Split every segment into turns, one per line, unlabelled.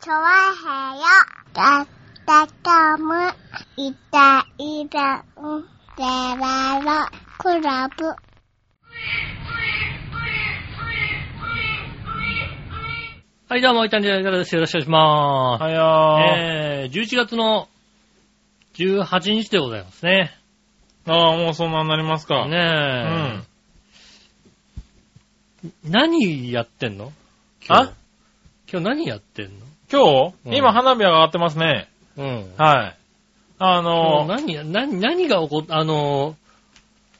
チョワヘヨだったかむいたいたんでららクラブ
はい、どうも、いたんじゃいかがです。よろしくお願いします。
はやー。
えー、11月の18日でございますね。
あー、もうそんなになりますか。う
ね
ん。
え、何やってんの
あ
今日何やってんの
今日、
うん
今花火上がってますね。
うん。
はい。あ
もう
のー、
何や、何、何が起こっあの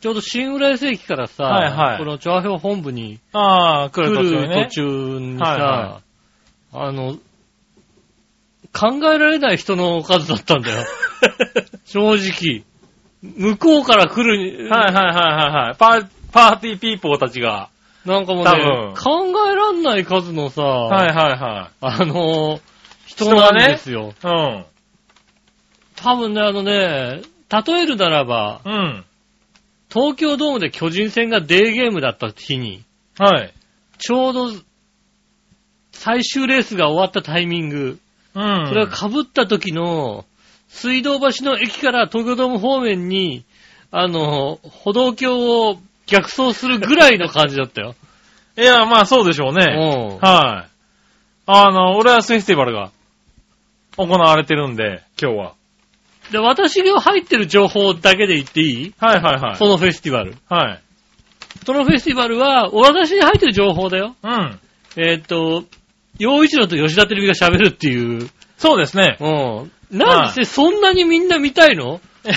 ー、ちょうど新浦安駅からさ、
はいはい
この調和表本部に
あー、来
来
る途中
る
にね
途。 中にさ、
はいは
あの、考えられない人の数だったんだよ。正直。向こうから来る、
はいはいはいはいはい。パー、パーティーピーポーたちが。
なんかもうね、
多
考えらんない数のさ、
はいはいは
あのー人
人
な
が
ん
ね
ですよ。
い。
多分ね、あのね、例えるならば、
うん。うん。
東京ドームで巨人戦がデーゲームだった日に、
はい。
ちょうど、最終レースが終わったタイミング、
うん。
それが被った時の、水道橋の駅から東京ドーム方面に、あのー、歩道橋を逆走するぐらいの感じだったよ。
いや、まあそうでしょうね。
うん。
はい。あの、浦安フェスティバルが行われてるんで、今日は。
で、私が入ってる情報だけで言っていい
はいはいはい。
そのフェスティバル。
はい。
そのフェスティバルは、私に入ってる情報だよ。
うん。
えーっと、洋一郎と吉田照美が喋るっていう。
そうですね。
うん。なんでそんなにみんな見たい の洋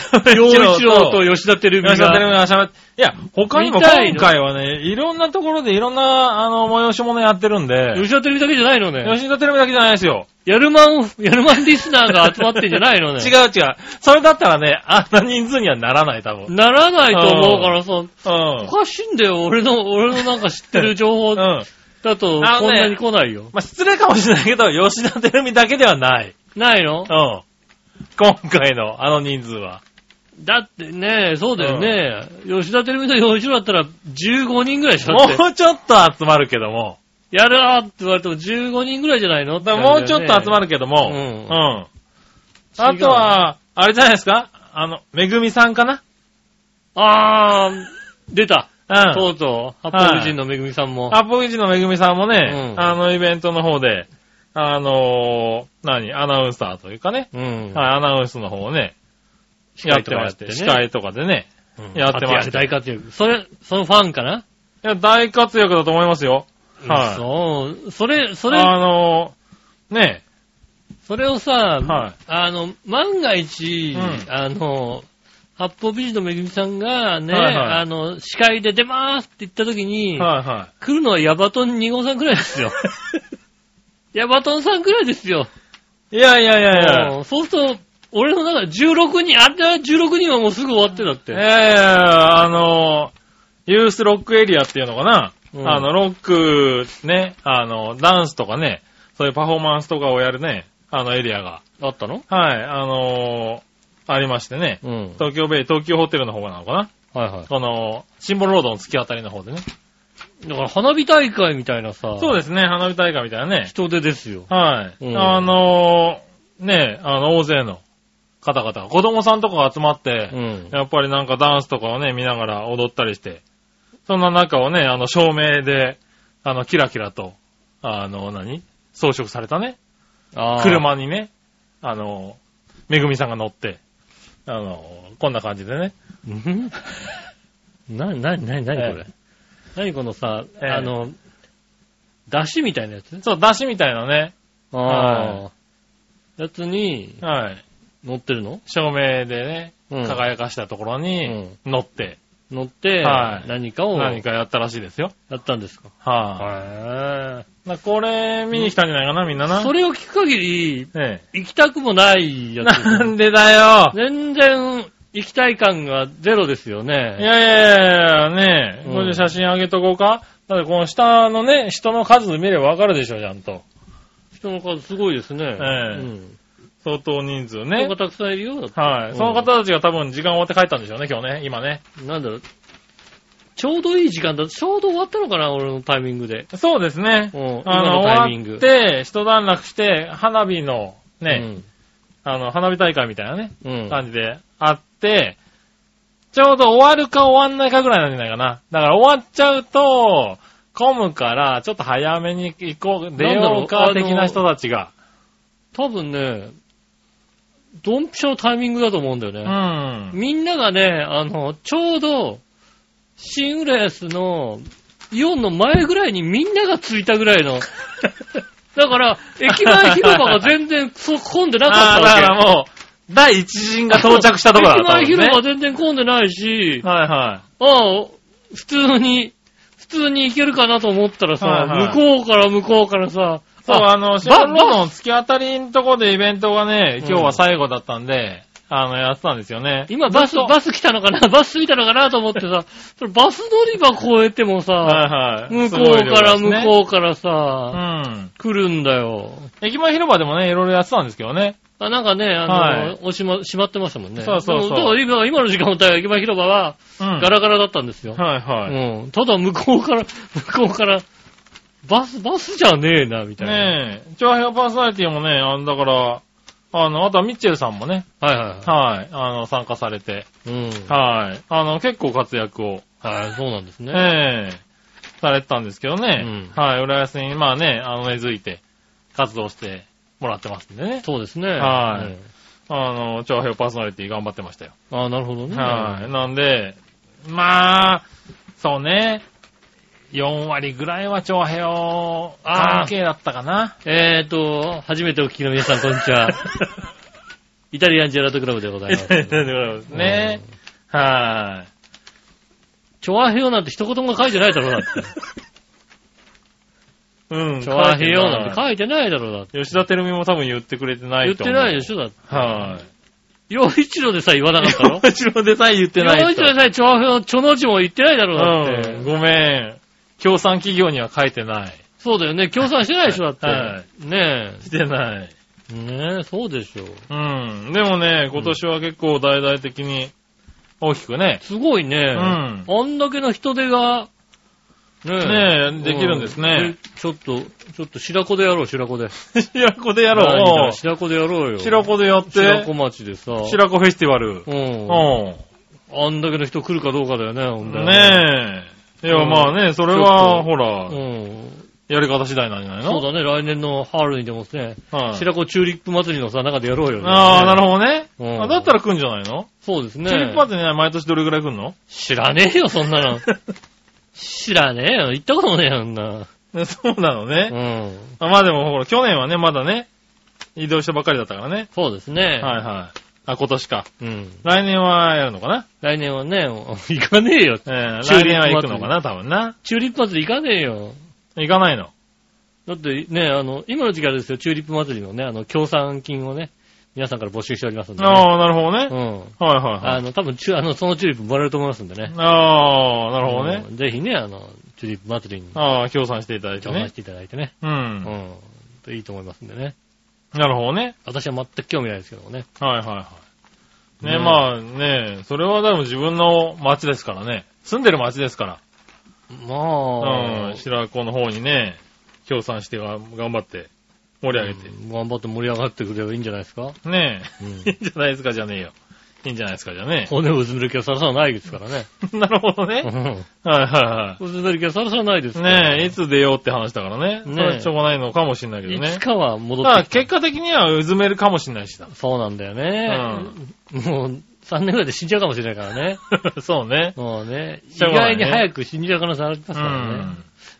一郎と吉田照美が。
吉田照美が喋って、いや、他にも
見たい
今
の
回はね、いろんなところでいろんな、あの、催し物やってるんで、
吉田照美だけじゃないのね。
吉田照美だけじゃないですよ。
やるまん、やるまんリスナーが集まってんじゃない のね。
違う違う。それだったらね、あんな人数にはならない、多分。
ならないと思うからさ、
うん
お。かしいんだよ。俺の、俺のなんか知ってる情報だ
うん。
と、
あの
こん
ね
なに来ないよ。
まあ、失礼かもしれないけど、吉田照美だけではない。
ないの
うん。今回の、あの人数は。
だってね、そうだよね。吉田照美と洋一郎だったら15人ぐらいでしょだって。
もうちょっと集まるけども。
やるわーって言われても15人ぐらいじゃないの
だからもうちょっと集ま
る。
るけども。
う
うんん。あとは、あれじゃないですかあの、めぐみさんかな
あー、出た。
うん。
とうとう、八方美人のめぐみさんも。
アポギジのめぐみさんもね、
うん
あのイベントの方で、あのー何、アナウンサーというかね、
うん。
はい、アナウンスの方をね、
司
や
会
っ
と
て
か
ま
やっ
してて、
ね
司会とかでね。
うん
やってました
大活躍。それ、そのファンかない
や、大活躍だと思いますよ。はい
そう。それ、それ、
あのーね、
それをさ、
はい
あの、万が一、
うん
あの、八方美人のめぐみさんがね、
はいはい
あの、司会で出ますって言った時に、
はいは
来るのはヤバトン2号さんくらいですよ。ヤバトンさんくらいですよ。
い。いやいやいやいや。
うんそうすると、俺の中で16人、あれだ、16人はもうすぐ終わってだっ
え
て。
えあの、ユースロックエリアっていうのかな、
うん
あの、ロック、ね、あの、ダンスとかね、そういうパフォーマンスとかをやるね、あのエリアが。
あったの
はい、あのありましてね。
うん。
東京ベイ、東京ホテルの方なのかな
はいは
この、シンボルロードの突き当たりの方でね。
い。だから花火大会みたいなさ、
そうですね、花火大会みたいなね。
人手ですよ。
はい。
うん
あのね、あの、大勢の方々が、子供さんとかが集まって、
うん。
やっぱりなんかダンスとかをね、見ながら踊ったりして、そんな中をね、あの、照明で、あの、キラキラと、あの、何装飾されたね、
あー。
車にね、あの、めぐみさんが乗って、あの、こんな感じでね。
うん。 な、な、な、なにこ
え
れ。なにこのさ、
ええ
あの、出汁みたいなやつ
そう、出汁みたいなね、
ああ。やつに
はい、
乗ってるの
照明でね、
うん
輝かしたところに乗って、
乗って
は、い
何かをや
何かやったらしいですよ。
ったんですか。
はい、
へ
なこれ、見に来たんじゃないかな、みんな
え。
な。
それを聞く限り、
え
行きたくもない
え
や つ。
なんでだよ
全然、行きたい感がゼロですよね。
いやいやいやいや、ねえ、
うん
これで写真あげとこうか。だってこの下のね、人の数見ればわかるでしょ、ちゃんと。
人の数すごいですね。
え
うん。
相当人数
人
ね
が。たくさんいるようだって
はい。その方たちが多分時間終わって帰ったんでしょうね、今日ね、今ね。
なんだろう、ちょうどいい時間だ。ちょうど終わったのかな、俺のタイミングで。
そうですね
う。ん、
あ
今
の、
のタイミン
終わ
グ
っ。て、一段落して、花火の、ね、あの、花火大会みたいなね、
うん。うん。
感じであって、ちょうど終わるか終わんないかぐらいなんじゃないかな。だから終わっちゃうと、混むから、ちょっと早めに行こう、出
な
ようか、
んだろうあの
的な人たちが。
多分ね、ドンピシャのタイミングだと思うんだよね。
うん。
みん ながね、あの、ちょうど、シングレースの4の前ぐらいにみんなが着いたぐらいの。だから、駅前広場が全然そう混んでなかっ
あ あ、
た
だ
わ
か
け。
らもう、第一陣が到着したところだ
駅
った、
前
ね。
広場全然混んでないし、
はいは
ああ、普通に、普通に行けるかなと思ったらさ、
はいはい
向こうから向こうからさ、
い。そう、
あ
あの、新聞の突き当たりのところでイベントがね、今日は最後だったんで、あの、やってたんですよね。
今バス、
ずっと
バス来たのかな バス着いたのかなと思ってさ、それバス乗り場越えてもさ、
はいはい。
向こ
すご
う
い量
から
ですね
向こうから
う
さ、
ん。
来るんだよ。
駅前広場でもね、いろいろやってたんですけどね。
あなんかね、あの、
はい
おしま、閉まってましたもんね。
そうそうそう
でもでも今今の時間帯は駅前広場は
うん。
ガラガラだったんですよ。
はいはい。
うん。ただ向こうから、 向こうから、バス、バスじゃねえな、みたいな。
ねえ、長編パーソナリティもね、あの、だから、あの、あとはミッチェルさんもね、
はいはいは
はい、あの、参加されて、
い。うん。
はい、あの、結構活躍を、
はい、そうなんですね。
ええされてたんですけどね、
う
はい、浦安に、まあね、あの、根付いて、活動してもらってますんでね、
そうですね。
はい
うん
あの、長編パーソナリティ頑張ってましたよ。
ああ、なるほどね。
はい、なんで、まあ、そうね、4割ぐらいは長編を、
あー
関係だったか な。
えーと、初めてお聞きの皆さん、こんにち は。イタリアンジェラートクラブでございます。
ね。はい。
チョアヘヨなんて一言も書いてないだろう だって。
うん。
チョアヘヨなんて
書い
書いてないだろうだって。
てない吉田照美も多分言ってくれてない
言っ
と
て
思う。
ないで
ょ。
しょだって。
はい。
洋一郎でさえ言わなかった ろ
うちのデザイン言ってない
洋
と。
一郎でさえチョアヘヨ、チョの字も言ってないだろうだって。
うん。ごめん。協賛企業には書いてない。
そうだよね。協賛してないでしょだって。
は
ね
してない。
え。ねえ、そうでしょう。
うん。でもね、今年は結構大々的に大きくね。
すごいね。
ん
あんだけの人手が、ねえ
ねえ、できるんです
う
ね。
ちょっと、ちょっと白子でやろう、白子で。
白子でや
何だ
ろ
ろ
う。
白子でやろうよ。
白子でやっ
白子
て、
町でさ。
白子フェスティバル。
うん。
う
あんだけの人来るかどうかだよね、ほん
ん。
とに。
ねえ。いや、
うん
まあね、それ
ちょっと
は、ほら、
うん。
やり方次第なんじゃない
そ
の
うだね、来年の春にでもね、
はい
白子チューリップ祭りのさ、中でやろうよ、
ああ、なるほどね。
うん
あだったら来んじゃないの
ほど。そうですね。
チューリップマーティンね、毎年どれぐらい来んの
知らねえよ、そんなの。知らねえよ、行ったこともねえよ、そんな。
そうなのね
う。ん。
あまあでも、ほら、去年はね、まだね、移動したばかりだったからね。
そうですね。
はいはい。あ、今年か。
うん。
来年はやるのかな
来年はね、 もう行かねえよ。
えー、
チュー
来
リップ
年は
祭り
行くのかな、多分な。
チューリップ祭り行かねえよ。
行かないの。
だってね、あの、今の時期あれですよ、チューリップ祭りのね、あの、協賛金をね、皆さんから募集しておりますんで、ね。
ああ、なるほどね。
うん。
はいはいは
あの、多分チュあの、そのチューリップもらえると思いますんでね
い。。ああ、なるほどね。
うんぜひね、あの、チューリップ祭りに
ああ、協賛していただいて
挑戦
ね
し。ていただいてね。
う。
うんん。いいと思いますんでね。
なるほどね。
私は全く興味ないですけどもね。
はいはいはい。ね、
ね
まあね、それはでも自分の町ですからね。住んでる町ですから。
まあ、
うん、白子の方にね、協賛してが頑張って、盛り上げて。
うん頑張って盛り上がってくればいいんじゃないですか。
ね
う
え、
ん
いいんじゃないですかじゃねえよ。いいんじゃないですかじゃね
骨をうずめる気はさらさらないですからね。
え。なるほどね。はいは
うずめる気はさらさらないです
い
か
は
ら
い。ねえ、いつ出ようって話だからね。
ねえ
それはしょうがないのかもしれないけど
いつ
ね。
かは戻
た
っ
だ、
てきて
結果的にはうずめるかもしれない しだ。
そうなんだよね。もう3年ぐらいで死んじゃうかもしれないから ね。
そうね。
もうね、意
しょうがな
外
いね
に早く死んじゃう可能性あります
う
からね
ん。。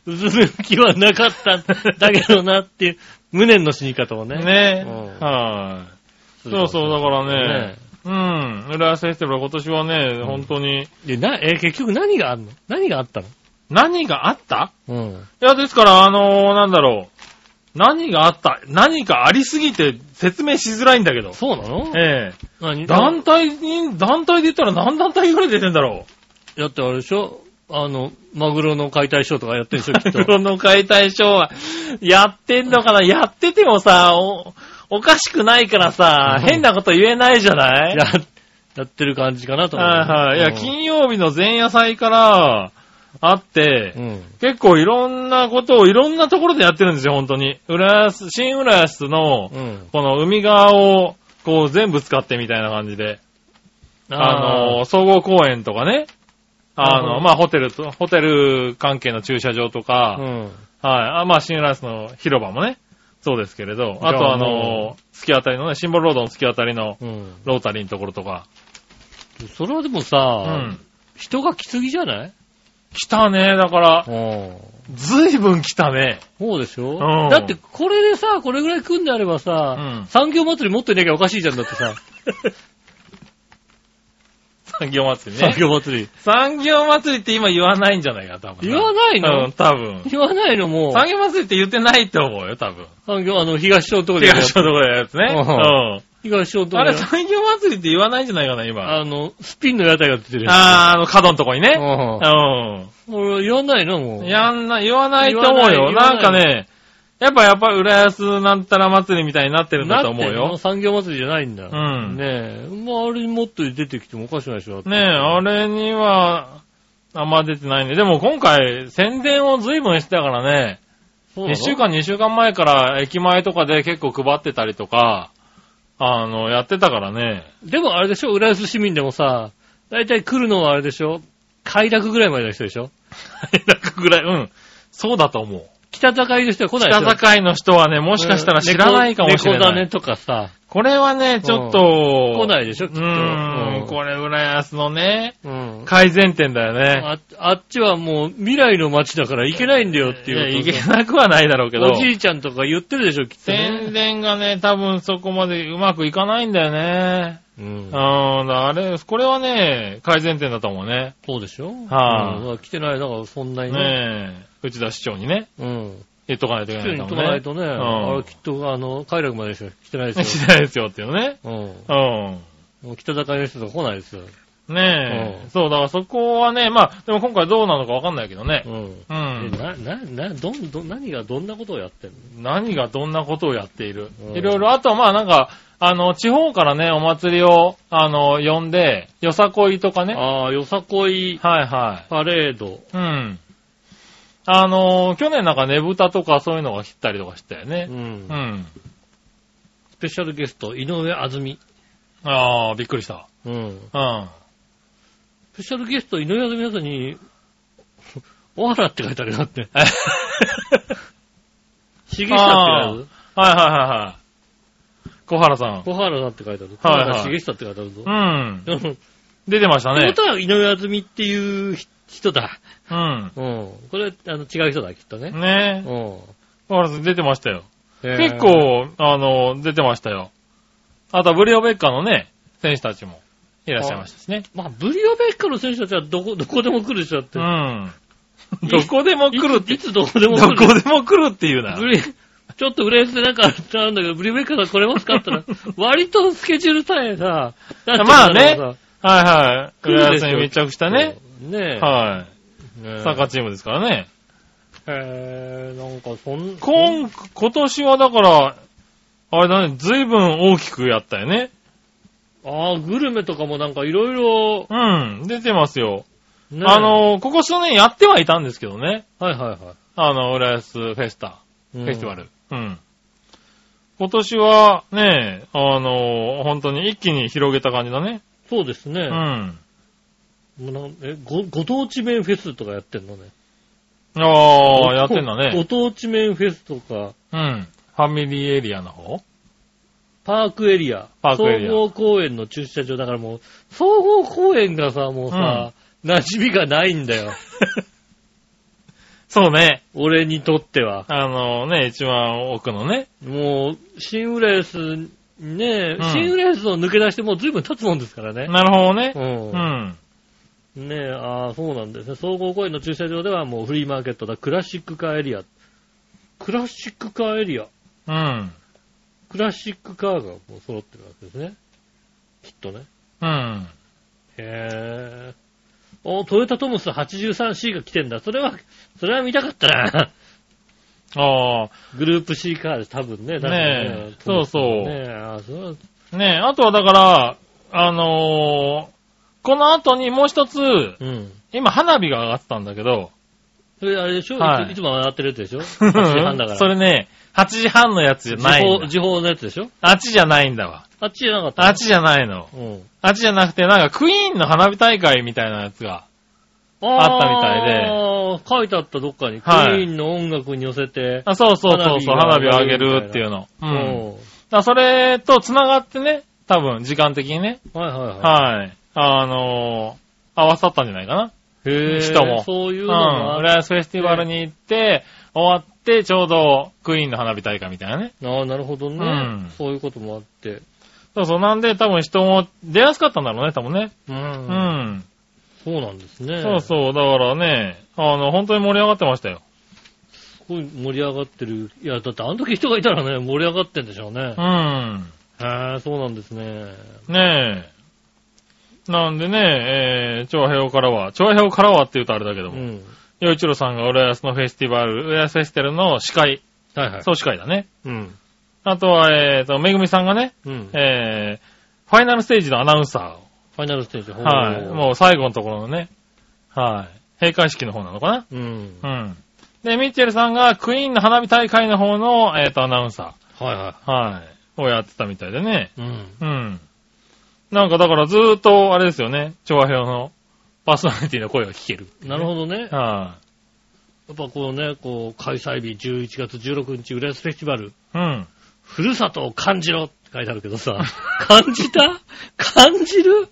うずめる気はなかったんだけどなっていう、無念の死に方をね。
ね
うん
え。はい。そうそう、だからね。うん。浦安フェスティバル今年はね、本当に、
ね。で、な、え、結局何があんの何があったの
何があった
うん。
いや、ですから、あのーなんだろう。何があった何かありすぎて説明しづらいんだけど。
そうなの
ええ
何
団体に、団体で言ったら何団体ぐらい出てんだろ
だってあれでしょあの、マグロの解体ショーとかやってるでしょ
う。
きっと。
の解体ショーは、やってんのかなやっててもさ、お、おかしくないからさ
うん
なこと 言えないじゃな
や、やってる感じかなと思う。
はいはい。いや、
うん
金曜日の前夜祭から、あって、
うん。
結構いろんなことをいろんなところでやってるんですよ、本当に。浦安、新浦安の、
うん。
この海側を、こう全部使ってみたいな感じで。あの、総合公園とかね。
な
あ
るほ
の、
ど
まあ、ホテルと、ホテル関係の駐車場とか、はい。
ー、
あまあ、新浦安の広場もね。そうですけれど。
じゃあ
あとあ
も
の、月当たりのね、シンボルロードの月当たりの
うん。うん。
ロータリーのところとか。
それはでも
う
さ、
ん。
人が来すぎじゃない
来たね、だから、
うん。
ずいぶん来たね。
そうでしょ
うん
だってこれでさ、これぐらい来んであればさ
うん、
産業祭り持ってなきゃおかしいじゃんだってさ、
産業祭りね
産。業祭り。
産業祭りって今言わないんじゃないか、多分。
言わないの
うん、多分。
言わないのも、
産業祭りって言ってないと思うよ、多分。
産業、あの、東町のとこでやるや
東
つ。
のところやるやつね。
うん
う
東町のと
ん。
こ
あ
で
れ、
やる。
産業祭りって言わないんじゃないかな、今。あ
あの、スピンの屋台が出てるやつ。
あー、あの、角のとこにね。
あ。
う
俺、言わないのも
ん。
う。、
やんな、言わないと思うよ。
言わない
なんかね、やっぱやっぱ、浦安なんたら祭りみたいになってるんだと思うよ。
産業祭りじゃないんだ。
うん
ねえ。まあ、あれにもっと出てきてもおかしくないでしょ。だって
ねえ、あれには、あんま出てないんで。でも今回、宣伝を随分してたからね。
そうなの
1週間、2週間前から駅前とかで結構配ってたりとか、あの、やってたからね。
でもあれでしょ浦安市民でもさ、大体来るのはあれでしょ快楽ぐらいまでの人でしょ
楽ぐらい、うん。そうだと思う。
北境の人は来ないでしょ
北境の人はね、もしかしたら知らないかもし
猫
れ
猫
な
だね
い。
とかさ、
これはね、ちょっと、
来
来。
ないいでし
う
ょきっと。
ー
うん
ん、これ、浦安のね、
うん
改善点だよね。
あ。あっちはもう未来の街だから行けないんだよって
い
いう
や、い
こと
けなくはないだろうけど
お、じいちゃんとか言ってるでしょ、きっと
宣
ね。
伝がね、多分そこまでうまくいかないんだよね。
うん
うーん、あれ、これはね、改善点だと思うね。
そうでしょ
はあ
うんだから来てない、だからそんなにね。
ねえ、内田市長にね、
うん。
言っとかないといけ
来
な
て
いか
と
も
かない
ね。
とね、
ん
あれきっと、あの、快楽までしか来てないで
し
すよ。
ないですよっていうね。
うん。
うん。
もう北境の人とか来ないですよ。
ねえ、
うん
そう、だからそこはね、まあ、でも今回どうなのかわかんないけどね
う。ん。
う
え、
ん。
な、な、な、どん、どん、何がどんなことをやってんの
何がどんなことをやっている
うん
いろいろ、あとはまあなんか、あの、地方からね、お祭りを、あの、呼んで、よさこいとかね。はい
ああ、よさこい
は
パレード。
い。うん。あの、去年なんかねぶたとかそういうのが来たりとかしたよ
う
ね。
ん
うん。。
スペシャルゲスト、井上あずみ。
ああ、びっくりした。
うん。
うん。
スペシャルゲスト、井上あずみの後に、 おはらって書いてあるよだ って。 しげさって書いて
はいはいはいはい。小原さ
ある。
ん。
小原さんって書いてある。
はいは
小
い
原しげさって書いてあるぞ。
うん。
うん。って
出てました
こ
ね
と。は、井上あずみっていう人だ。
うん。
うん。これ、あの、違う人だ、きっとね。
ねえ。
うん。
小原さん出てましたよ。
結
結、構、あの、出てましたよ。あとはブリオベッカのね、選手たちもいらっしゃいましたしね。
まあ、ブリオベッカの選手たちはどこ、どこでも来るでしょだって
う。ん。 どこでも来るって、
いつどこで
ど
も来る。
こでも来るっていうな
ブ。リ、ちょっと売れてなんかあったんだけど、ブリベッカさん来れますかって 言ったら、割とスケジュールさえさ、
まあねはいはい。
来る
浦
でし
安
ょ
に密着したね。。
ね
は
え。
い。
ね
サッカーチームですからね。
えー、なんかそん、
今、今年はだから、あれだね、随分大きくやったよね。
ああ、グルメとかもなんかいろいろ、
うん、出てますよ。
ね
あ、の、ここ数年やってはいたんですけどね。
はいはいは
あの、浦安フェスタ。
い。
フェスティバル。うん。今年はね、あの、本当に一気に広げた感じだね。
そうですね
う。ん。
もうなんえご、ご当地麺フェスとかやってんのね。
ああ、やってんだね。
ご当地麺フェスとか、
うん。ファミリーエリアの方
パークエリア。
パークエリア
総合公園の駐車場だからもう、総合公園がさ、もうさ、馴染みがないんだ よ。
そうね。
俺にとっては。
あのね、一番奥のね。
もう、新浦安、ねえ、
ん
新浦安を抜け出してもう随分経つもんですからね。
なるほどね
う。。
うんん。
ねえ、ああ、そうなんですね。総合公園の駐車場ではもうフリーマーケットだ。クラシックカーエリア。クラシックカーエリア。
うん。
クラシックカーがもう揃ってるわけですね。きっとね。
うん。
へぇー。お、トヨタトムス 83C が来てんだ。それは、それは見たかったな。
あ
グループ C カーです、多分ね。多分
ねえそうそう
ねえ、あそう
あ。ねあとはだから、あのーこの後にもう一つ、
うん。
今花火が上がってたんだけど、
それあれでしょ、
はい
い、つも上がってるやつでしょ ?8 時半だから。
それね、8時半のやつじゃないんだ。
時報時報のやつでしょ
あっちじゃないんだわ。
あっちじゃなかった
あっちじゃないの。
うん。
あっちじゃなくて、なんかクイーンの花火大会みたいなやつが。あったみたいで
あー書いてあったどっかに。
はい
クイーンの音楽に寄せて。
あ、そうそうそうそう、花
花火
火
が
を
上げ
上げ
る
るっていうの。う。
うん
だからそれと繋がってね、多分、時間的にね。
はいはいはい。
はい。あのー合わさったんじゃないかな。
へー
人も。
そういううんのがあ
浦安フェスティバルに行って、終わって、ちょうど、クイーンの花火大会みたいなね。
ああ、なるほどね、
うん
そういうこともあって。
そうそう、なんで、多分人も出やすかったんだろうね、多分ね。
うん。
うん。
そうなんですね。
そう
う。
そう、だからね、あの、本当に盛り上がってましたよ。
すごい盛り上がってる。いや、だってあの時人がいたらね、盛り上がってんでしょうね
う。ん。
へえ、そうなんですね。
ねえ。なんでね、えー、長平からは、長平からはって言うとあれだけ
う
ども、
ん。
洋一郎さんが浦安のフェスティバル、浦安フェスティバルの司会、
はいはい。
総司会だね。
うん。
あとは、えーと、めぐみさんがね、
うん。フ
えー、ファイナルステージのアナウンサ
ァイナルステージ。
ーを、はい、もう最後のところのね、はい、閉会式の方なのか
う。うん。
なうん。で、ミッチェルさんがクイーンの花火大会の方の、えーと、アナウンサ
はいは
ー、はい、をやってたみたいでね、
い。うん。
うん。なんかだからずーっと、あれですよね、調和表のパーソナリティの声が聞ける。
なるほどね。や
は
っぱこうね、こう、開催日11月16日、浦安フェスティバル、
い、うん。
ふるさとを感じろって書いてあるけど さ、感じた感じる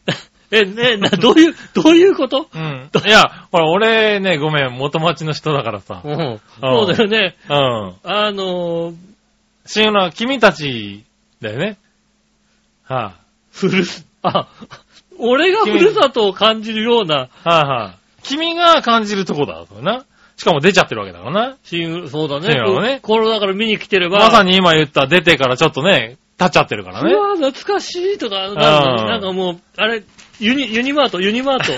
え、ねな、どういう、どういうこと
うん。いや、ほら、俺ね、ごめん、元町の人だからさ。
うん。そうだよね。
うん。
あのー、
新浦は君たちだよね。は
ふるす、あ、俺がふるさとを感じるような、
い、はい、はい、君が感じるとこだろうな。しかも出ちゃってるわけだからな。
新そうだね。
そうやろうね
コロナから見に来てれば。
まさに今言った出てからちょっとね、経っちゃってるからね
う。 わ懐かしいとか、なるの
う
に
ん
なんかもう、あれ、ユニ、ユニマート、ユニマート。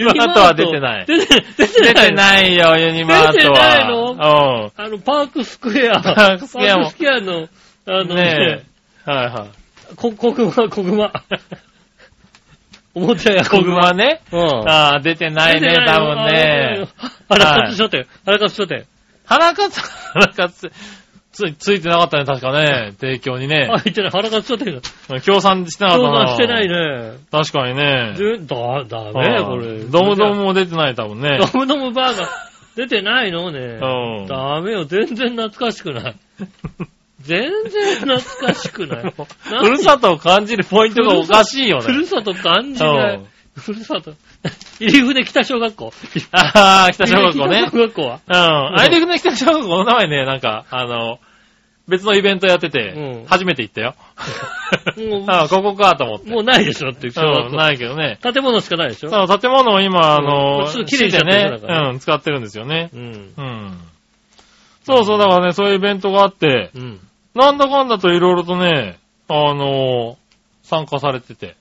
ユニマートは出てない
出て、出て
出
ない。
てないよ、ユニマートは。
出てないの
う
あ
ん。
の、パークスクエア。
パークスクエアも
パークスクエアの、あの
ね
ね、
え。はいはい。
こ、小熊、小熊。おもちゃや
小。熊ね。
うん。
ああ、出てないね、多分ね。。
あれ、初書店。あれ、初書店。
腹かつ、腹かつ、つ、ついてなかったね、確か ね。提供にね
あ、。言ってない。腹が書店が。
協賛してなかった
相
な。
談してない。ね。
確かにね。
でだ、だ
あ
ね、
あ
これ。
ドムドムも出てない、多分ね。
ドムドムバーガ ー。出てないのね。
うん
ダメよ、全然懐かしくない。全然懐かしく ない。
ふるさとを感じるポイントがおかしいよ
ふる
ね。
さと感じな
う
い
ん。
ふるさと。 入船北小学校。
ああ、北小学校ね
入船北。小学校は。
うん。あいでくね、北小学校の名前ね、なんか、あの、別のイベントやって
うん
て、初めて行ったよ。
もう
ああ、ここかと思って。
もうないでしょっていう小
う
学
ん、
校。
ないけどね。
建物しかないでしょ。
そう、建物を今、あ
うん
の、
ちょっと綺麗にしちゃってる
ね
だから、
うん、使ってるんですよね。
うん。
うん。そうそう、だからね、そういうイベントがあって、
うん。
なんだかんだといろいろとね、あの、参加されてて。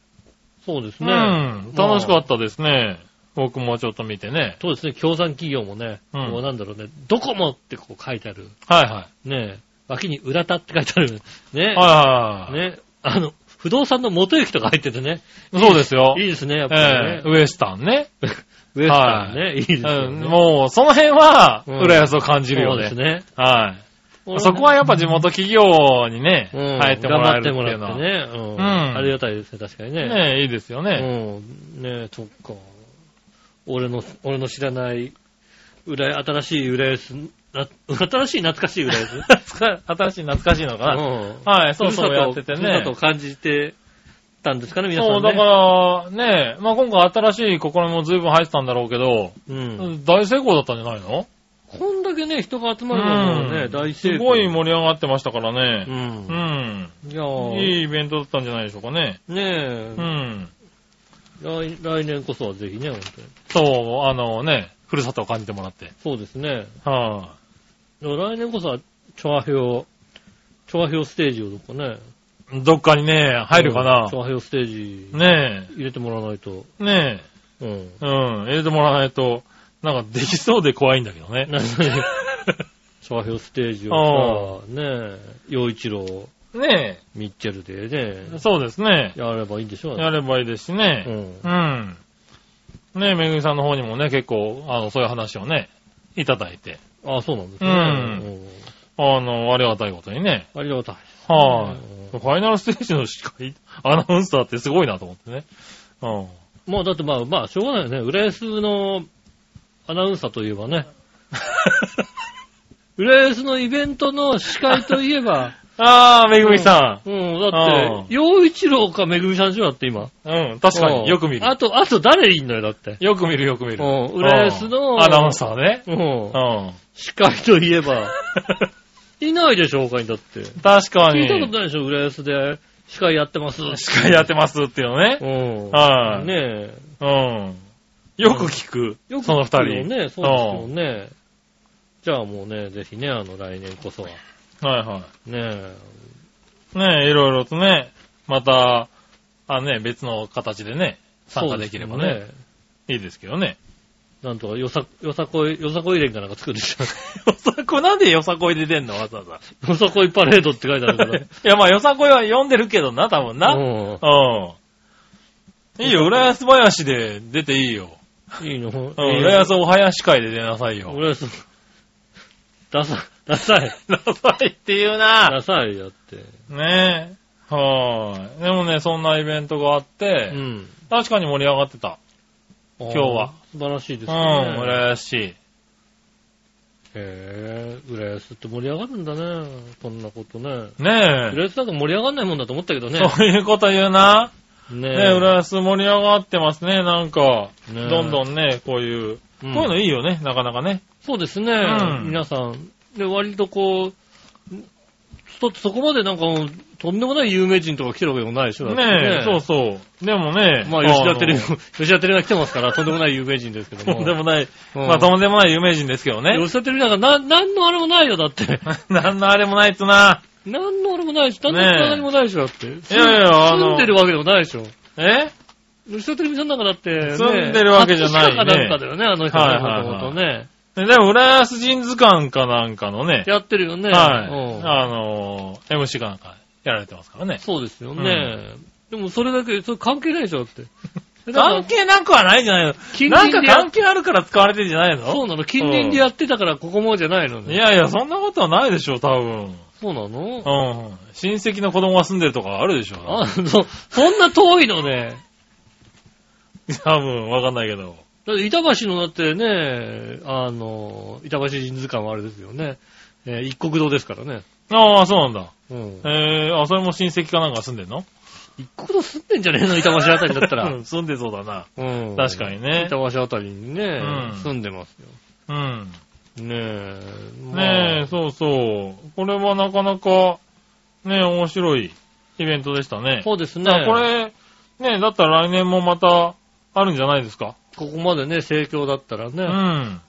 そうです
う
ね。
ん、楽しか
た
ったですね。僕もちょっと見てね。
そうですね、協賛企業もね、
うん
もうなんだろうね、ドコモってこう書いてある、
はいは
ね、脇に浦田って書いてある、ね
い。、はいはいはい。
ね、あの、不動産の元駅とか入っててね、
そうですよ。
いいですね、やっぱり
え
ね
え、。ウエスタンね。
ウエスタンね、いいです
う
よ
ん、
ね。
もう、その辺は、
うん
浦安を感じるよ
そうです
ね。
ね。
はい。そこはやっぱ地元企業にね、
うん、
入ってもらえるっていう
頑張って
の
も
は。
らってね、うん。
うん
ありがたいですね、確かにね。
ねえ、いいですよね。
うん。ねそっか。俺の、俺の知らない、浦安新しい浦安、な新しい懐かしい浦 安
懐か新しい懐かしいのか
う
な。
ん。
はい、そうそうやってて
ふるさと
ね
を。感じてたんですかね、皆さん、ね。
そう、だから、ね、まあ今回新しい試みも随分入ってたんだろうけど、
うん。
大成功だったんじゃないの
こんだけね、人が集まるのもね、
うん
大成
す
功。
ごい盛り上がってましたか
う。
らね。うんん。
いや
い
ー
いイベントだったんじゃないでしょうかね。
ねえ、
うん。
来、来年こそはぜひね、本当に。
そう、あのね、ふるさとを感じてもらって。
そうですね。
は
でも来年こそは、調和表、調和表ステージをどこかね。
い。どっかにね、入るか
うん
な
調。和表ステージ、
ね
入れてもらわないと。
え、ね
うん。
え、うん、入れてもらわないと、なんかできそうで怖いんだけどね。
なので調和表ステージをさ、ねえ、洋一郎、
ね
ミッチェルでね
え、、そうですね。
やればいいんでしょうね。
やればいいですしね。
うん
うん。ねめぐみさんの方にもね、結構、あの、そういう話をね、いただいて、
あ、そうなんですね。
うんあの、ありがたいことにね、
おーありがたい。
は
う
い。ファイナルステージの司会、アナウンサーってすごいなと思ってね。 うん。
もうだってまあ、まあ、しょうがないよね。浦安のアナウンサーといえばね。浦安のイベントの司会といえば、
あー、めぐみさ
うん、だって、洋一郎かめぐみさんでしょだって今。
ん。うん、確か
うん
に。よく見る。
あと、あと誰いんのよ、だって。
よく見る、よく見
う
る。
ん、浦安
う
の
んアナウンサーね。
うん
う、ん。
司会といえ ば、いないでしょ、他にだって。
確か
聞
に
いたこと。ないでしょ、浦安で司会やってます。
司会やってますっていうのね
う。ん。
はい
ねえ。
うん。よく聞く。
よく
その二
聞くよ
人。
ね、そうですよね。じゃあもうね、ぜひね、あの、来年こそは。ね
はいは
え。
い。ねいろいろとね、また、あね、別の形でね、参加できれば
そう
ね、
すよ。
いいですけどね。
なんとか、よさ、よさこい、よさこい連かなんか作るでし
よさ こ、なんでよさこいで出んのわざわざ。
ょ。よさこいパレードって書いてあ るから。
いや、まあ、よさこいは読んでるけどな、多分な。
う
うん。いいよ、浦安林で出ていいよ。
ん。いいの
う
い
ん、
い
浦
の
安お囃子会で出なさい よ。
浦安。ダサ、ダサい。
なさいっていうな。
ダサいやって。
ねえ。はーい。でもね、そんなイベントがあっ
う
て、
ん。
確かに盛り上がってた。
今
日は。
素晴らしいです
う
ね。
ん、浦安市。
へえ、浦安って盛り上がるんだね。こんなことね。
ねえ。
浦安なんか盛り上がんないもんだと思ったけどね。
そういうこと言う
ね
な。ねえ、浦安盛り上がってますね、なんか。
ね
どんど
ん。
んね、こういう。
こうい
こういうのいいよね、なかなかね。
そうですね、
うん
皆さん。で、割とこう、そ、そこまでなんかもう、とんでもない有名人とか来てるわけでもないでしょ。だって
ねえ、そうそう。でもね、
まあ、吉田テレビ
あ
も、 吉田テレビが来てますから、とんでもない有名人ですけども。
の とんでもない、
うん
まあ、とんでもない有名人ですけどね。
吉田テレビなんか、な、なんのあれもないよ、だって。
なんのあれもないっつな。
なんのあれもないし、何の
ねえ
つながりもないでしょ、だって。い
いやいやあの
住んでるわけでもないでしょ。
え
吉田テレビさんなんかだってね、
住んでるわけじゃないね
葛飾かなんかだよね、あの人
はい
ね、
はいはい
もともとね。
ででも、浦安人図鑑かなんかのね、
やってるよね。
はい。
うん
あのー、MC かなんかやられてますからね。
そうですよね。でもそれだけ、それ関係ないでしょ、だって。
関係なくはないじゃない
近
の。な
隣
ん
で
か関係あるから使われてるんじゃない
そ
の
うなの近隣でやってたからここもじゃないの
い
ね。
やいや、そんなことはないでしょ、多分。
そうなの
うん。親戚の子供が住んでるとかあるでしょ。
あ、そ、そんな遠いのね。
多分、わかんないけど。
だって板橋のだってね、あの、板橋人図鑑はあれですよね。えー一国堂ですからね。
ああ、そうなんだ。
うん。
えー、あ、それも親戚かなんか住んでんの
一国堂住んでんじゃねえの板橋あたりだったら
う。ん住んでそうだな。
うん。
確かにね
板橋あたりにね、
うん
住んでますよ。
うん。
ねえ。まあ
ねえ、そうそう。これはなかなか、ねえ、面白いイベントでしたね。
そうですね
だから。これ、ねえ、だったら来年もまたあるんじゃないですか。
ここまでね、盛況だったらね。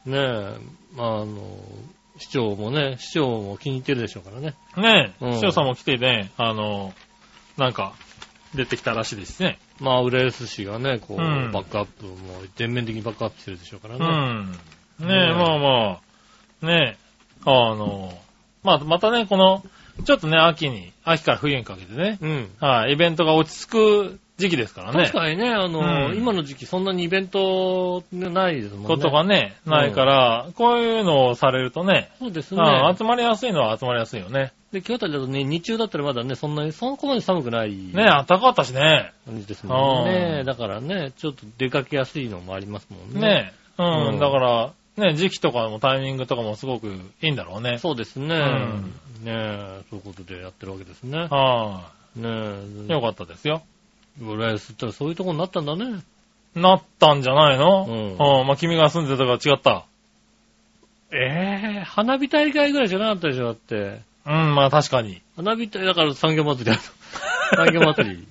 うん。
ねえ、まああの、市長もね、市長も気に入ってるでしょうからね。
ね
うん
え、市長さんも来てね、あの、なんか、出てきたらしいですね。
まあ、浦安市がね、こう、
うん
バックアップも全面的にバックアップしてるでしょうから
う
ね。
ん。ねえ、
ねえ
まあまあ、ねえ、あの、まあ、またね、この、ちょっとね、秋に、秋から冬にかけてね、
うん。
はい、イベントが落ち着く時期ですからね。
確かにね、あの、
うん
今の時期そんなにイベントないですもんね。
ことがね、ないから、こういうのをされるとね、
そうですね。
あ集まりやすいのは集まりやすいよね。
で、今日あたりだとね、日中だったらまだね、そんなに、そこまで寒くない
ねえ、暖かかったしね。
感じですもんね。
うん
だからね、ちょっと出かけやすいのもありますもんね。
ねえ、うん、
うん
だから、ね、時期とかもタイミングとかもすごくいいんだろうね。
そうですね。
ん
ねえ、そういうことでやってるわけですね。
は
ね
い、
え、
よかったですよ。
浦安ったらそういうとこになったんだね。
なったんじゃないの
う
うんん。まあ、君が住んでたから違った。
ええ花火大会ぐらいじゃなかったでしょ、だって。
うん、まあ確かに。
花火大だから産業祭り だと。産業祭り。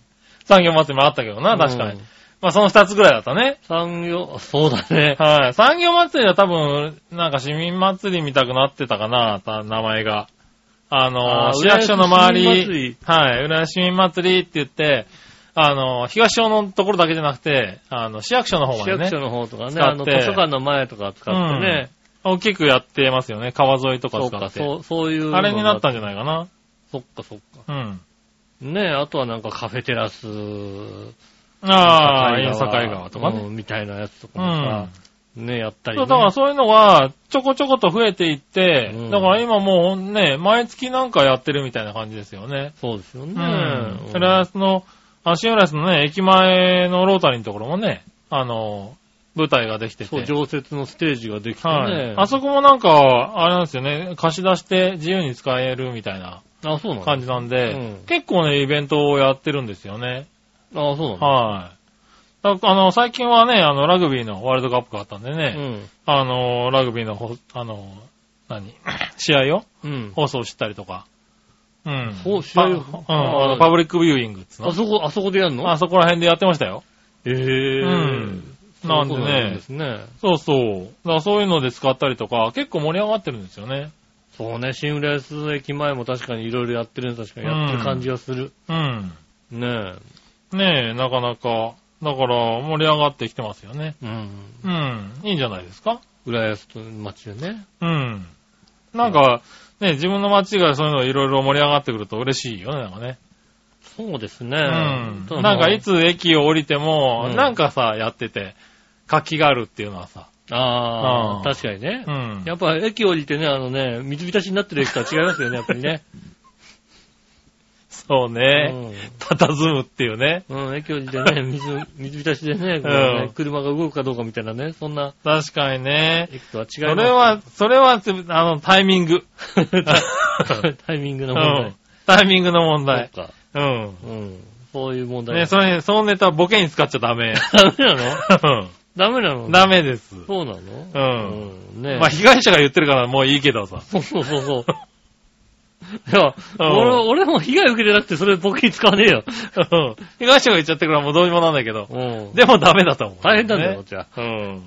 産業祭りもあったけどな、確かに。
うん
まあその二つぐらいだったね。
産業、あそうだね。
はい。産業祭りは多分、なんか市民祭りみたくなってたかな、た名前が。あの
あー
市役所の周
浦安市民祭り
り、はい、浦安市民祭りって言って、あの東町のところだけじゃなくて、あの、市役所の方ま
市
で
役
ね
所、の方とかね、
使って
あの図書館の前とか使ってね。
大きくやってますよね。川沿いとか
そう
使
か、
っ
そ
て。
う、そういう。
あれになったんじ
ゃ
ゃないかな。
そっか、そっか。
うん。
ねえ、あとはなんかカフェテラス、
うああ、遠坂井川とかね。
うんみたいなやつとか
う
も
ん
さ、。ね、やったり、
そ
ね。
う、だからそういうのが、ちょこちょこと増えていって、
うん
だから今もうね、毎月なんかやってるみたいな感じですよね。
そうですよね。
うん。それはその、あ、新浦安のね、駅前のロータリーのところもね、あの、舞台ができてて。
そう、常設のステージができてね。
はい。あそこもなんか、あれなんですよね、貸し出して自由に使えるみたいな
あ、そうなの
感じなんで、
うん
結構ね、イベントをやってるんですよね。
あ、そうなの
はい。だあの、最近はね、あの、ラグビーのワールドカップがあったんでね、
うん。
あの、ラグビーのほ、あの、何 試合を
うん。
放送したりとか。うん。
そう試合を
パうん、
はい
あのパブリックビューイングっつう
あ
の。
そこ、あそこでやるの
あそこら辺でやってましたよ。
ええ
うんなんでね
で。すね。
そうそう。だからそういうので使ったりとか、結構盛り上がってるんですよね。
そうね、新浦安駅前も確かにいろいろやってるね確かにやってる感じがする。
うん。
ね
ねえ、なかなか。だから、盛り上がってきてますよね。
え。うん。
うん。いいんじゃないですか
浦安と町でね。
うん。なんか、ね、自分の街がそういうのいろいろ盛り上がってくると嬉しいよね、なんかね。
そうですね。
う
ただ
ん。
まあ
なんかいつ駅を降りても、
うん
なんかさ、やってて、活気があるっていうのはさ。
あ
う
あ、
ん
確かにね
う。ん。
やっぱ駅降りてね、あのね、水浸しになってる駅とは違いますよね、やっぱりね。
そう ね。佇むっていうね。
うん、うん、駅降りてね、水、水浸しでね、こう
うん
ね車が動くかどうかみたいなね、そんな
確かにね。
駅とは違い
そ
ます。
れは、それは、あの、タイミング。
タイミング
う
の問題。
ん。タイミングの問題。
そうか。
うん。
うん。そういう問題。
ね、それ、そのネタボケに使っちゃダメ。
ダメなのダメなの
ダメです。
そうなの
ん。
うん、ねえ
まあ、被害者が言ってるからもういいけどさ。
そうそうそうそう。いや、
うん
俺、俺も被害受けてなくて、それ僕に使わねえよ。
うん被害者が言っちゃってるからもうどうにもなんだけど。
うん。
でもダメだと思う。
大変なんだよ、じゃあ。
うん。
ね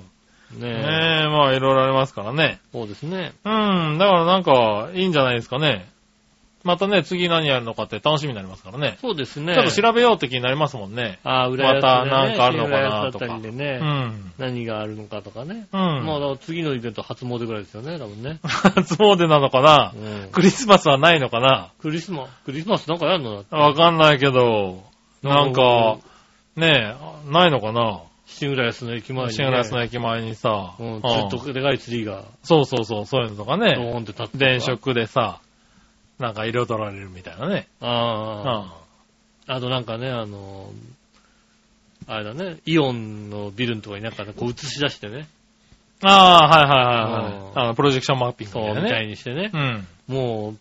え。
ねえ、まあいろいろありますからね。
そうですね。
うん、だからなんか、いいんじゃないですかね。またね、次何やるのかって楽しみになりますからね。
そうですね。
ちょっと調べようって気になりますもんね。
ああ、裏安
またなんかあるのかなとか
あたりで
う
ね、
ん。
何があるのかとかね。
う
まあ、
ん。
だから次のイベント初詣ぐらいですよね、多分ね。
初詣なのかな
うん
クリスマスはないのかな
クリスマス、クリスマスなんかやるのだって
わかんないけど、なん
う
か
ん、
ねえ、ないのかな
新浦安の駅前に、ね。
新浦安の駅前にさ、
うん、ず
うん
っとでかいツリーが、
そうそうそう、そういうのとか
ド
ね、
ーンって立って
電。飾でさ、なんか彩られるみたいなね。う
ああ。
ん
あとなんかね、あの、あれだね、イオンのビルのとこになんかねこう映し出してね、
ああ、はいはいはい、はい
うん
あの、プロジェクションマッピング
そう、
みたいな
みた
ね。
いにしてね
う、ん。、
も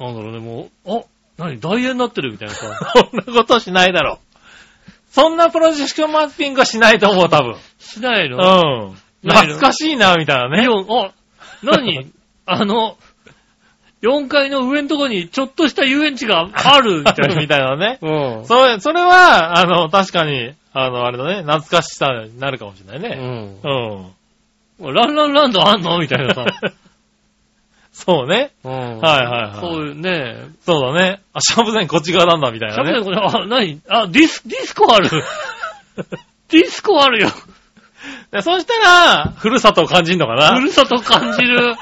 う、なんだろうね、もう、あ、何、ダイエーになってるみたいなさ
そんなことしないだろ。そんなプロジェクションマッピングはしないと思う、多分。
しないの、
うん。
ないの
懐かしいな、みたいな
イ
ね。
オン、あ、何、あの、4階の上のとこにちょっとした遊園地があるみた
ある
い
みたいなね。
な。うん。
それ、それは、あの、確かに、あの、あれだね、懐かしさになるかもしれないうね。
ん
うん。
ランランランドあんのみたいなさ。
そうね。
うん。
はいはいはい
そういうね、
そうだね。あ、シャープゼンこっち側なんだ、みたい
シャ
な
ブ
ね。
これ、あ、何あ、ディス、ディスコある。 ディスコあるよ。
でそしたら、ふるさとを感じるのか
ふ
な。
るさと感じる。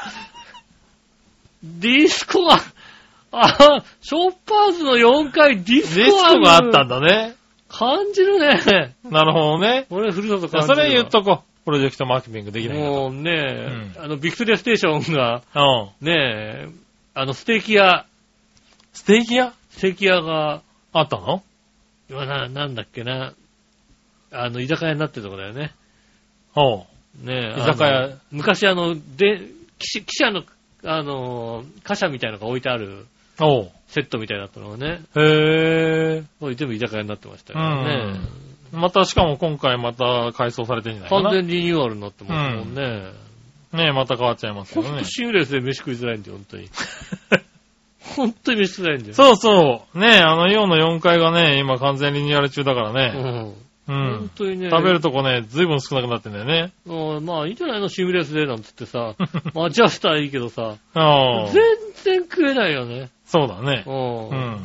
ディスコが、あ、ショッパーズの4階ディス
ディ
コ
ス
ある
コがあったんだね。
感じるね。
なるほどね。
俺、ふるさと
じゃ
感
あ
じる
そ
わ。
れ言っとこう。プロジェクトマーケティングできないか
もうね、
う
あの、ビクトリアステーションが、
ら。うん。
ねえ、あの、ステーキ屋、
ステーキ屋
ステーキ屋が、
あったの
うわな、なんだっけな、あの、居酒屋になってるとこだよね。
おう。
ねえ、
居酒屋
あの昔あの、で、記者記者の、あの、貨車みたいのが置いてある
おう。
セットみたいだったのがね、
へえ。
もう全部居酒屋になってましたよね。
また、しかも今回また改装されてんじゃないか
完
な。
全リニューアルになってますもんね。
ねえ、また変わっちゃいますけ
ほ
ど
ん
ね
と。シングレスで飯食いづらいんだよ、本当 に。本当に飯食いづらいんだよ。
そうそう。ねえ、あの、イオンの4階がね、今完全リニューアル中だから
う
ね。
ん。
うん。
本当にね。
食べるとこね、ずいぶん少なくなってんだよね。
うんまあいいんじゃないのシングレスでなんつってさ、 待ち合わせたらいいけどさ、
ああ
全。然食えないよね。
そうだね
う。。
うんん。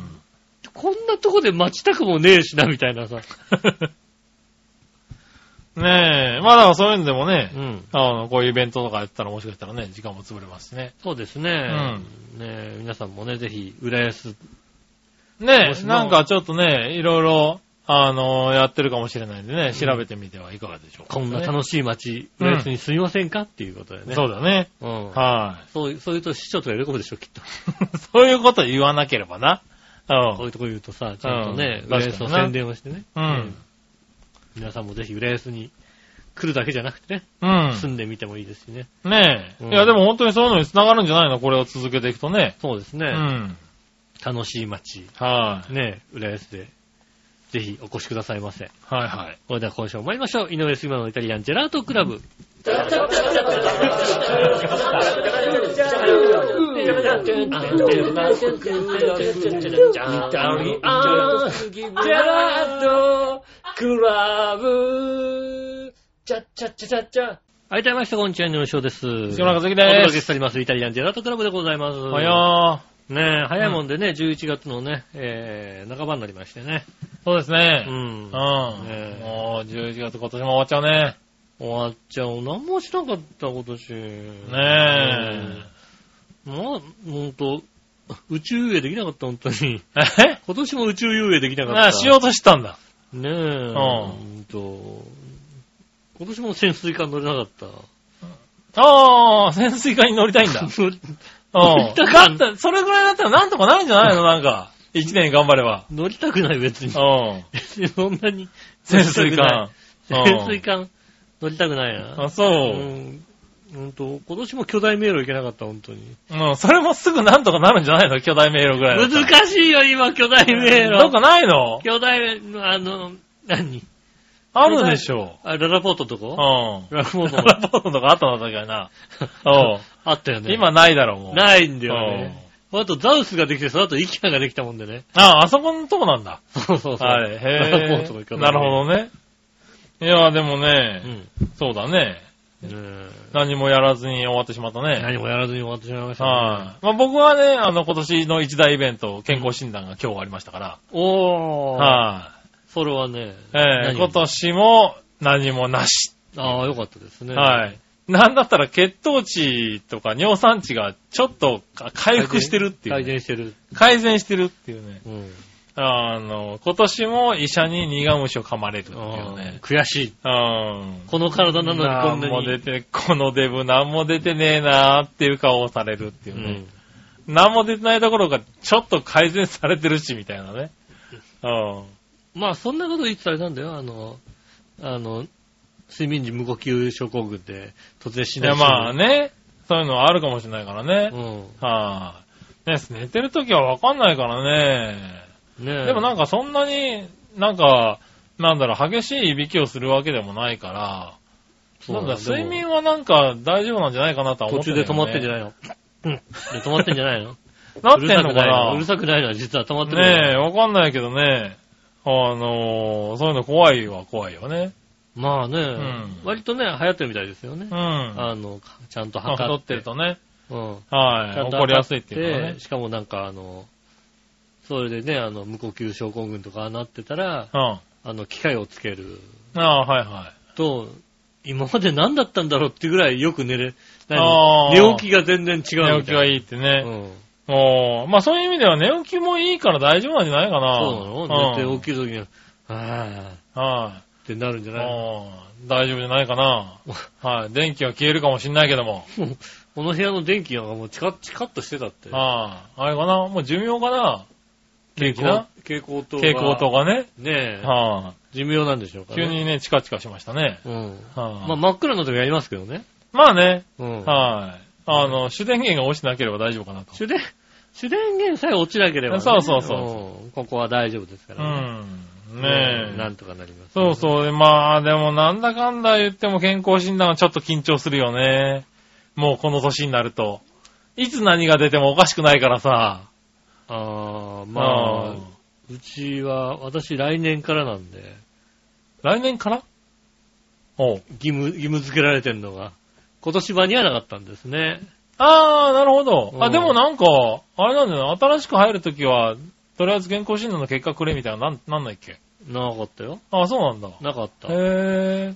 こんなとこで待ちたくもねえしな、みたい なさ。
ねえ、まあだからそういうのでもね
う、ん。
あの、こういうイベントとかやってたらもしかしたらね、時間も潰れますしね。
そうですね。ねえ皆さんもね、ぜひ、浦安。
ね
もし
え、
も
なんかちょっとね、いろいろ、あの、やってるかもしれないんでね、調べてみてはいかがでしょうか、
こんな
し
楽しい街、浦安に住みませんかっていうことだよね。
そうだね。
うん。
は
そういう、そういうと市長とか喜ぶでしょ、きっと。
い。そういうこと言わなければな。う
こう。
ん
いうとこ言うとさ、ちゃんとね、
うん
浦安の
確かにな
宣伝をしてね。
うん。
皆さんもぜひ浦安に来るだけじゃなくてね、
う
住んでみてもいいですしね。
ん。ねえ。
うん
いや、でも本当にそういうのに繋がるんじゃないのこれを続けていくとね。
そうです
う
ね。
ん。
楽しい街、
はい。
ね、浦安で、ぜひお越しくださいませ。
はいはい。
それでは今週も参りましょう。井上杉村のイタリアンジェラートクラブ。はい、どうもみなさんこんにちは、井上翔です。杉
村和樹です
お届けしております。イタリアンジェラートクラブでございます。
おはよ
ねえ、早いもんでね、11月のね、えー、半ばになりましてね。
う。そうです
う
ね。うん
え
ん。。もう11月今年も終わっちゃう ね。
終わっちゃう。何もしなかった、今年。
ね
え。もう、ほんと、宇宙遊泳できなかった、本当に。
え。え
今年も宇宙遊泳できなかった。
あ、しようとしたんだ。
ねえ。
ん
ほんと。今年も潜水艦乗れなかった。
ああ、潜水艦に乗りたいんだ。 うん。
乗りたかん
だったそれぐらいだったらなんとかなるんじゃ ないのなんか。一年頑張れば。
乗りたくない、別に。
うん。
別にそんなに。
潜水艦。
乗りたく ない。潜水
艦。
艦乗りたくないな。
あ、そう
う。ん。ほんと、今年も巨大迷路行けなかった、本当に。
うん、それもすぐなんとかなるんじゃないの巨大迷路ぐらいだったら。
難しいよ、今、巨大迷
どっ
路。
かないの
巨大迷路、あの、何
あるで しょ
あ、ララポートと
う。う
こ
ん。
ララポート
ラ
も
ラポートとかあったのだ けな。おう
あったよね。
今ないだろう、もう。
ないんだよ
うん
ね。あとザウスができて、その後イキアができたもんでね。
あ、あそこのとこなんだ。
そうそうそう。
はい。
ララポ
へ
ートの巨
え。
大
なるほどね。いや、でも
う
ね、
ん。
そうだね。
ね
何もやらずに終わってしまったね。
え何もやらずに終わってしまいましたね。
はい。まあ、僕はね、あの、今年の一大イベント、健康診断が今日ありましたから。
おー。
は
それはね、
い。えー
何
今年も何もなし。
ああ、よかったですね。
はい。なんだったら血糖値とか尿酸値がちょっとか回復してるっていうね、
改善してる。
改善してるっていうね。
うん。
あの、今年も医者に苦虫を噛まれるっていう
あー
ね。
悔しい。
うん。
この体なの
何
にこ
も
んな
出
に。
て、このデブ何も出てねえなーっていう顔をされるっていううね。
ん。
何も出てないどころか、ちょっと改善されてるし、みたいなね。うん。
まあ、そんなこと言ってたらなんだよ、あの、あの、睡眠時無呼吸症候群で突然死
い
な
や、
い。
まあ。ね、そういうのはあるかもしれないから
う
ね。
ん。
はい、ね、寝てる時はわかんないからね。
ねえ。
でもなん
か、
かそんなに、なんか、なんだろう、激しいいびきをするわけでもないから、なんだ、睡眠はなんか大丈夫なんじゃないかなとは思
途
って
中で止
る、ね。
まってんじゃ
ない
ないのうん。で止まってんじゃない の
なっ
う
て
る
ん
さ
の
く
か
ない
な
のうるさくないのは実は止まってるの
ねえ、わかんないけどね。あのーそういうの怖いは怖いよね。
まあね、
ん
割とね、流行ってるみたいですよね
う。ん。
あの、ちゃんと
まあ
測
太っ
ってて。
るとね。
うん。
はい。
ちゃんと測っ
起
て
こりやすいっていうかね。
しかもなんかあの、それでね、あの、無呼吸症候群とかなってたら、
うん。
あの、機械をつける
ああ、はいは
と、今まで何だったんだろうってぐらいよく寝れ、
あ
何
ー
寝起きが全然違うみたい
い。
な。
寝起きはい
い。
いって
う
ね。
ん。
おーまあそういう意味では寝起きもいいから大丈夫なんじゃないかな。
そうなの寝て起
き。
きるときに、あーっ
は
てなるんじゃ
い。
ない
おー大丈夫じゃない かな。はい。電気は消えるかもしんないけども。
もうこの部屋の電気がもうチカッチカッとしてたって。
はい。あれかなもう寿命かな
蛍
景気な
蛍光灯が。
蛍光灯がね。
ねえ、
は
寿命なんでしょう
い。
かね。
急。にね、チカチカしましたね。
うん。まあ
はい。
真っ暗の時はやりますけどね。
まあね。
うん。
はい。あの、主電源が落ちてなければ大丈夫かなと。
主電、主電源さえ落ちなければ、ね。
そうそうそう
うんここは大丈夫ですか
う
らね。
ん。ね
うん
え。
なんとかなります、
そうそう。まあ、でもなんだかんだ言っても健康診断はちょっと緊張するよね。もうこの年になると。いつ何が出てもおかしくないからさ。
ああ、まあ、
まあ、
うちは、私来年からなんで、
来年からおう
義務、義務付けられてんのが。今年間に合わなかったんですね。
ああ、なるほど。
う
あ、
ん
でもなんか、あれなんだよな。新しく入るときは、とりあえず健康診断の結果くれみたいな、なん、なんないっけ
なかったよ。
あそうなんだ。
なかった。
へえ。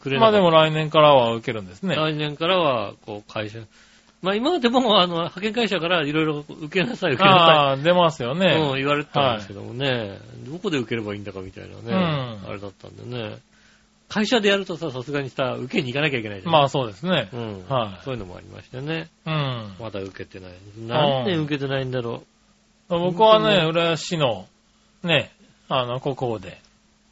くれな
ま
か
あ
った
でも来年からは受けるんですね。
来年からは、こう、会社、まあ今までも、あの、派遣会社からいろいろ受けなさい、受けな
ああ、出ますよ
さい、うん、
ね。
言われてたんですけどもね、どこで受ければいいんだかみたいなね、
うん
あれだったんでね。会社でやるとさ、さすがにさ、受けに行かなきゃいけないじゃん。
まあそうですね
う。ん、
はい
そういうのもありましてね。
うん。
まだ受けてない。何年受けてないんだろ
僕は
本当
ね、
に
浦安市の、ね、あの、国宝で、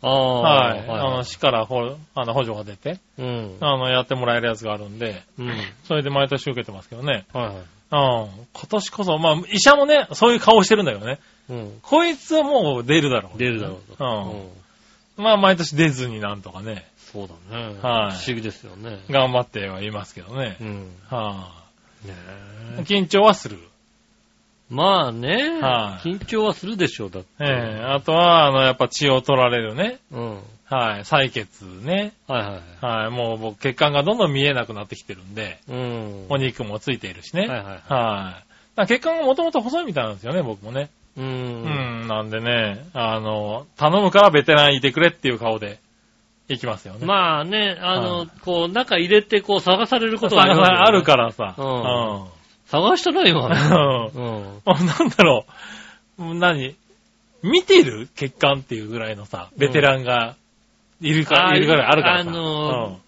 う。ああ、
はい、あ
は
の、市からほあの補助が出て、
い。うん。
あの、やってもらえるやつがあるんで、
うん。はい
それで毎年受けてますけどね。
はい。
うん。今年こそ、まあ、医者もね、そういう顔してるんだけどね。
うん。
こいつはもう出るだろう。
出るだろうと。
うんまあ、毎年出ずになんとかね、
そうだね。
はい
不思議ですよね。
頑張ってはいますけどね
う。ん。
は
ね
あ、
え。
緊張はする。
まあね、
はい
緊張はするでしょう、だって。
ええあとは、あの、やっぱ血を取られるね。
うん。はい
はい、採血ね。
はいはい。
はい、もう僕、血管がどんどん見えなくなってきてるんで、
うん。
お肉もついているし
は
ね。
い
はい。
はい。
だから血管がもともと細いみたいなんですよね、僕もね。
う。
うんん、なんでね、あの、頼むからベテランいてくれっていう顔で、いきますよね。
まあね、あの、
はい
こう、中入れて、こう、探されること
さ
はりますよね
あるからさ。
う
うんん。
探してないわ。
うん
うん。
あなん だろう。何見てる血管っていうぐらいのさ、ベテランがいるか、
あー
いるぐらいあるからさ。
あの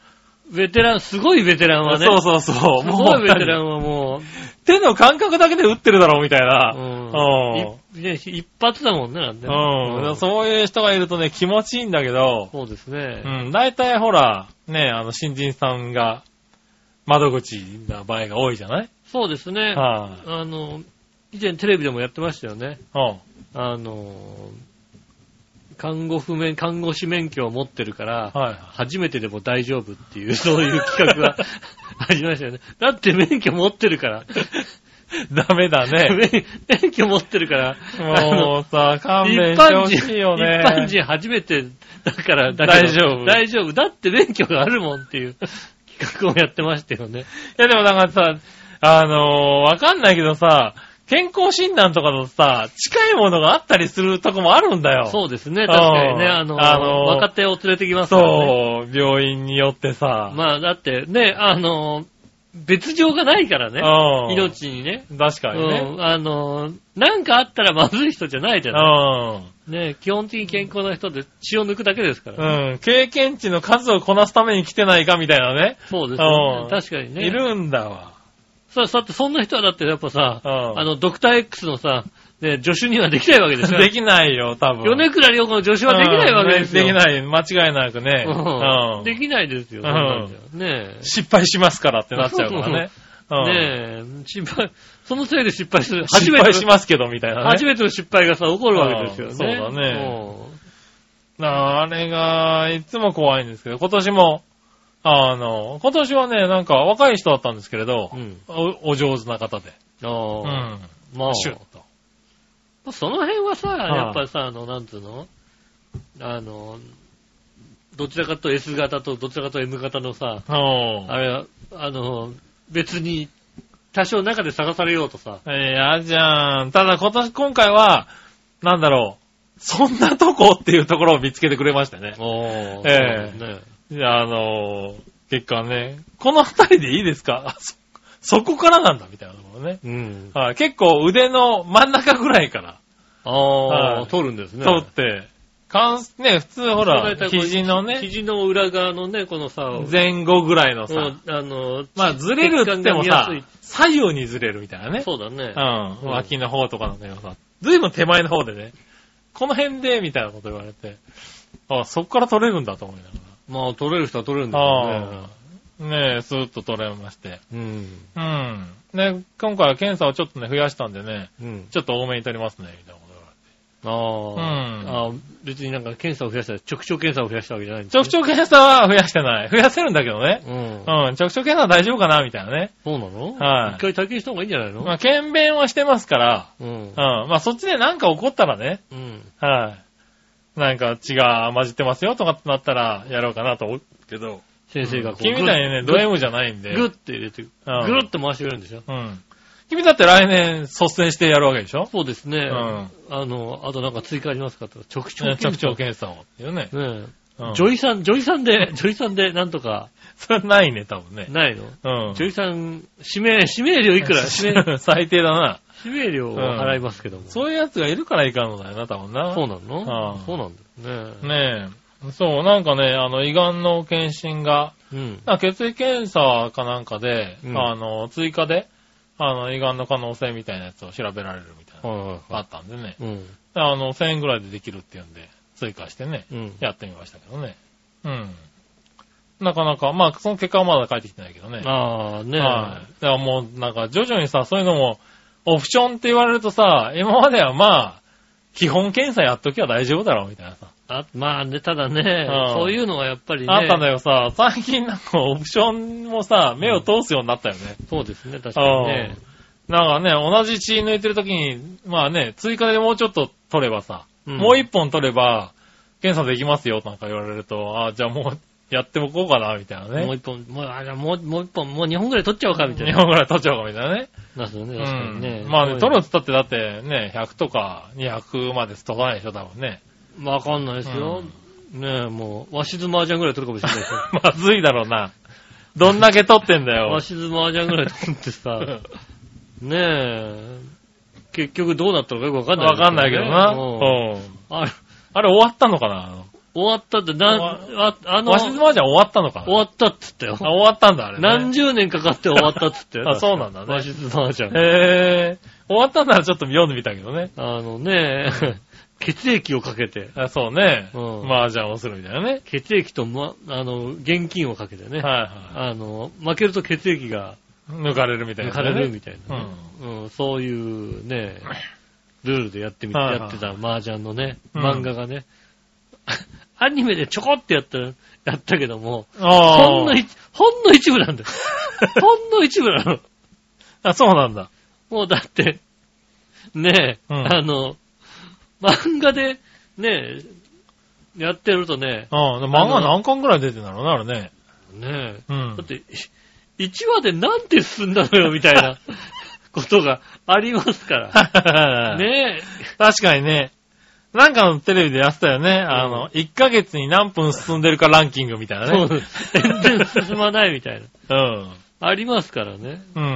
ベテラン、すごいベテラン
う
は
ん
ね。
そうそうそう。
すごいベテラ
もう
ンはも、
手の感覚だけで打ってるだろうみたいうな。
うん。いね一発だもんね、なんてね。
うん。
うんそ
そういう人がいるとね、気持ちいいんだけど、
うですね。
うん。大体ほら、ね、あの、新人さんが、窓口な場合が多いじゃない
そうですね。
は
あの、以前テレビでもやってましたよね。
い。うん。
あの、看護婦免、看護師免許を持ってるから、
はい。
初めてでも大丈夫っていう、 そういう企画 がありましたよね。だって免許持ってるから、
ダメだ ね。
免免許持ってるから、
もうさ、
あの
勘
一
弁して
般
ほ
人、
しいよね。
一般人初めてだからだけど
大丈夫
大丈夫。だって免許があるもんっていう 企画をやってましたよね。
いやでもなんかさ、あのーわかんないけどさ、健康診断とかのさ、近いものがあったりするとこもあるんだよ。
そうですね、確かにね。
うん
あの、
あの
若手を連れてきます
そ
か
う。
らね。
病院によってさ、
まあ、だってね、あの、別状がないからね。
うん
命にね。
確かに
う
ね。
んあの、なんかあったらまずい人じゃないじ
う
ゃない。
ん。
ね、基本的に健康な人で血を抜くだけですから。
うん。経験値の数をこなすために来てないかみたいなね。
そうですよ
う
ね。
ん
確かにね。
いるんだわ。
そう、だってそんな人はだってやっぱさ、
うん
あの、ドクター X のさ、ね、助手にはできないわけですよ。
できないよ、多分。
米倉涼子の助手はできないわけですよ。
うんできない。間違いなくね。
うん
うん
できないですよ。
う
そ
ん
なんだよね
失敗しますからってなっちゃうから ね。う
え。
ん
ねえ、失敗、そのせいで失敗する。初
失
めて
敗
の、
しますけど、みたいなね。
初めての失敗がさ、起こるわけですよね。
うんそうだね
うん
なああれが、いつも怖いんですけど、今年も、あの、今年はね、なんか若い人だったんですけれど、
うん
おお上手な方で、う
ああ、
ん、
まあ、
シュッと。
その辺はさ、
い
やっぱさ、あの、なんつうのあの、どちらかと S 型とどちらかと M 型のさ、
お
あれ、あの、別に、多少中で探されようとさ、
えー、あじゃん。ただ今年、今回は、なんだろう、そんなとこっていうところを見つけてくれましたね。
お
ー
そうだね
いやあのー結果ね、この辺りでいいですかあ そ、そこからなんだ、みたいなところね。
うん。
はい結構腕の真ん中ぐらいから
あ
は
あ、
い
取るんですね。
取って、かんね、普通ほら
大体、こう
肘のね、
肘の裏側のね、このさ、
前後ぐらいの
う
さ
ん、あの、
まあずれるって言ってもさ
血管が見や、
左右にずれるみたいなね。
そうだね。
う
うん
ん。脇の方とかなんだけどさ、ずいぶん手前の方でね、この辺で、みたいなこと言われて、あ、そっから取れるんだと思いなが
まあ、取れる人は取れるんだ
ら。
けど
あ
ね。
あ。ねえ、スーッと取れまして。
うん。
うん。ね、今回は検査をちょっとね、増やしたんでね、
うん。
ちょっと多めに取りますね、みたいなこと言われて。
ああ、あー別になんか検査を増やした、直腸検査を増やしたわけじゃないんです
直腸検査は増やしてない。増やせるんだけどね。
うん
うん。。直腸検査は大丈夫かな、みたいなね。
そうなの
はい
一回体験した方がいいんじゃない
ま
の
あ、検便はしてますから、
うん
うん。。まあ、そっちでなんか起こったらね、
うん。
はい。なんか血が混じってますよとかってなったら、やろうかなと思うけど、
先生がこう。
君みたいにね、
ぐ
ド M じゃないんで、
ぐって入れて、ぐるっと回してくれるんでしょ
うん。君だって来年率先してやるわけでしょ
そうですね。
うん
あの、あとなんか追加ありますかと。直腸
直腸
検査。
検査をっていうね。
ねえ
うん。
ジョイさん、ジョイさんで、ジョイさんでなんとか、
それはないね、多分ね。
ないの
うん。
ジョイさん、指名、指名料いくら指名
最低だな。
指名料を払いますけども。
そういうやつがいるからいかんのだよな、多分な。
そうなの
ああ
そうなんだよね。
ねえ。そう、なんかね、あの、胃がんの検診が、
うん。
あ血液検査かなんかで、
うん
あの、追加で、あの、胃がんの可能性みたいなやつを調べられるみたいな、
はいはい
あ
は
ったんでね。
い。うん。
あの、1000円ぐらいでできるっていうんで、追加してね、
うん。
やってみましたけどね。うん。なかなか、まあ、その結果はまだ返ってきてないけどね。
ああ、ね
はい。だからもう、なんか徐々にさ、そういうのも、オプションって言われるとさ、今まではまあ、基本検査やっときゃ大丈夫だろ、みたいなさ。
あまあね、ただね
う、ん
そういうのはやっぱりね。
あったんだよさ、最近なんかオプションもさ、目を通すようになったよね。
そうですね、確かにね。
なんかね、同じ血抜いてる時に、まあね、追加でもうちょっと取ればさ、
うん
もう一本取れば、検査できますよ、なんか言われると、あじゃあもうやっておこうかな、みたいな
もう
ね。
一本、もう、あじゃあもう、もう一本、もう二本ぐらい取っちゃおうか、みたい
2
な。
本ぐらい取っちゃおうか、みたいなね。
なるほどね、確かにね
う。んまあね、
そうい
取
う
るっつったって、だってね、100とか200まで取らないでしょ、多分ね。
の。わかんないですよ。ねえ、もう、和室麻雀ぐらい取るかもしれないですよ。
まずいだろうな。どんだけ取ってんだよ
和。室麻雀ぐらい取ってさ、ねえ、結局どうなったのかよくわかんない
わ
ですよね。
かんないけどな。
うん
うん
あれ、
あれ終わったのかな
終わったって、な、ああの、
和室麻雀終わったのかな
終わったって言った
あ
よ。
終わったんだ、あれね。
何十年かかって終わったって言ったよ。
あ そうなんだね
和室麻雀。
へぇ終わったんならちょっと読んでみたけどね。
あのね、血液をかけて、
あそうね。
うん
麻雀をするみたいなね。
血液と、ま、あの、現金をかけてね、
は
あの、負けると血液が
いはい。抜かれるみたい
抜
な。
かれるみたいなね、うんそういうね、ルールでやってみて、
はいはい
やってた麻雀のね、
うん
漫画がね、 アニメでちょこってやった、やったけども、
うん。ああ。
ほんの一、ほんの一部 なんだよ。ほんの一部なの。
あ、そうなんだ。
もうだって、ねえ、
うん
あの、漫画で、ねえ、やってるとね、
うん。で漫画何巻ぐらい出てんだろうな、あれね。
ねえ、
うん
だって、1話でなんて進んだのよ、みたいなことがありますから。
ね。
ね
確かにね。なんかのテレビでやってたよね。あの、1ヶ月に何分進んでるかランキングみたい
え、
な
そう
ね。
全然進まないみたいな。
うん。
ありますからね。
うん
う。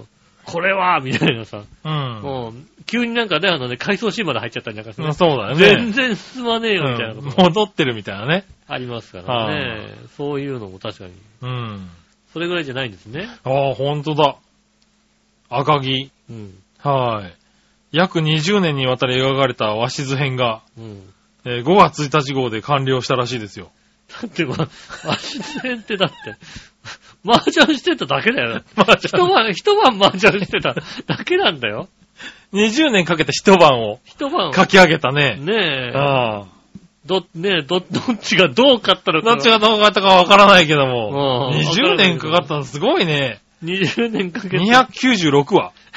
ん。これは、みたいなさ。
うん。
もう、急になんかね、あのね、回想シーンまで入っちゃったりなんかする
そうだよね。
全然進まねえよ、みたいな
う
こ
ん
とも
戻ってるみたいなね。
ありますからね。そういうのも確かに。
うん。
それぐらいじゃないんですね。
ああ、ほんとだ。赤木。
うん。
はい。約20年にわたり描かれた鷲図編が、
うん。
えー5月1日号で完了したらしいですよ。
だって、ま、アシステンってだって、麻雀してただけだよな。
麻
一晩、一晩麻雀してただけなんだよ。
20年かけて一晩を
一晩。
書き上げたね。
ねえ、
ああ。
ど、ねえ、ど、どっちがどう勝ったのか。
どっちがどうかったかわからないけども、
うん
20年かかったのすごいね。
20年かけて。
296話。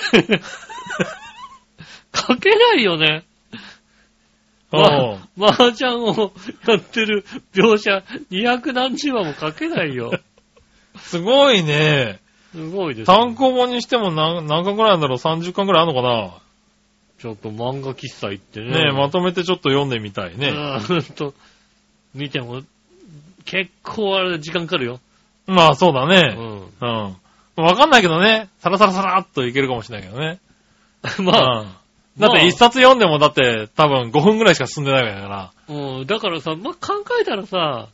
かけないよね。
うん
ま、麻雀をやってる描写、200何十話もかけないよ。
すごいね。
すごいです、
単行本にしても何何巻くらいなんだろう ?30 巻くらいあるのかな
ちょっと漫画喫茶行ってね。
ねえ、まとめてちょっと読んでみたいね。
うーんと、見ても、結構あれ時間かかるよ。
まあそうだ
う
ね。
ん。
うん。わかんないけどね。サラサラサラっといけるかもしれないけどね。
まあ、
うん。だっ
まあ
て一冊読んでもだって多分5分くらいしか進んでないわけだから。
うん、だからさ、まあ、考えたらさ、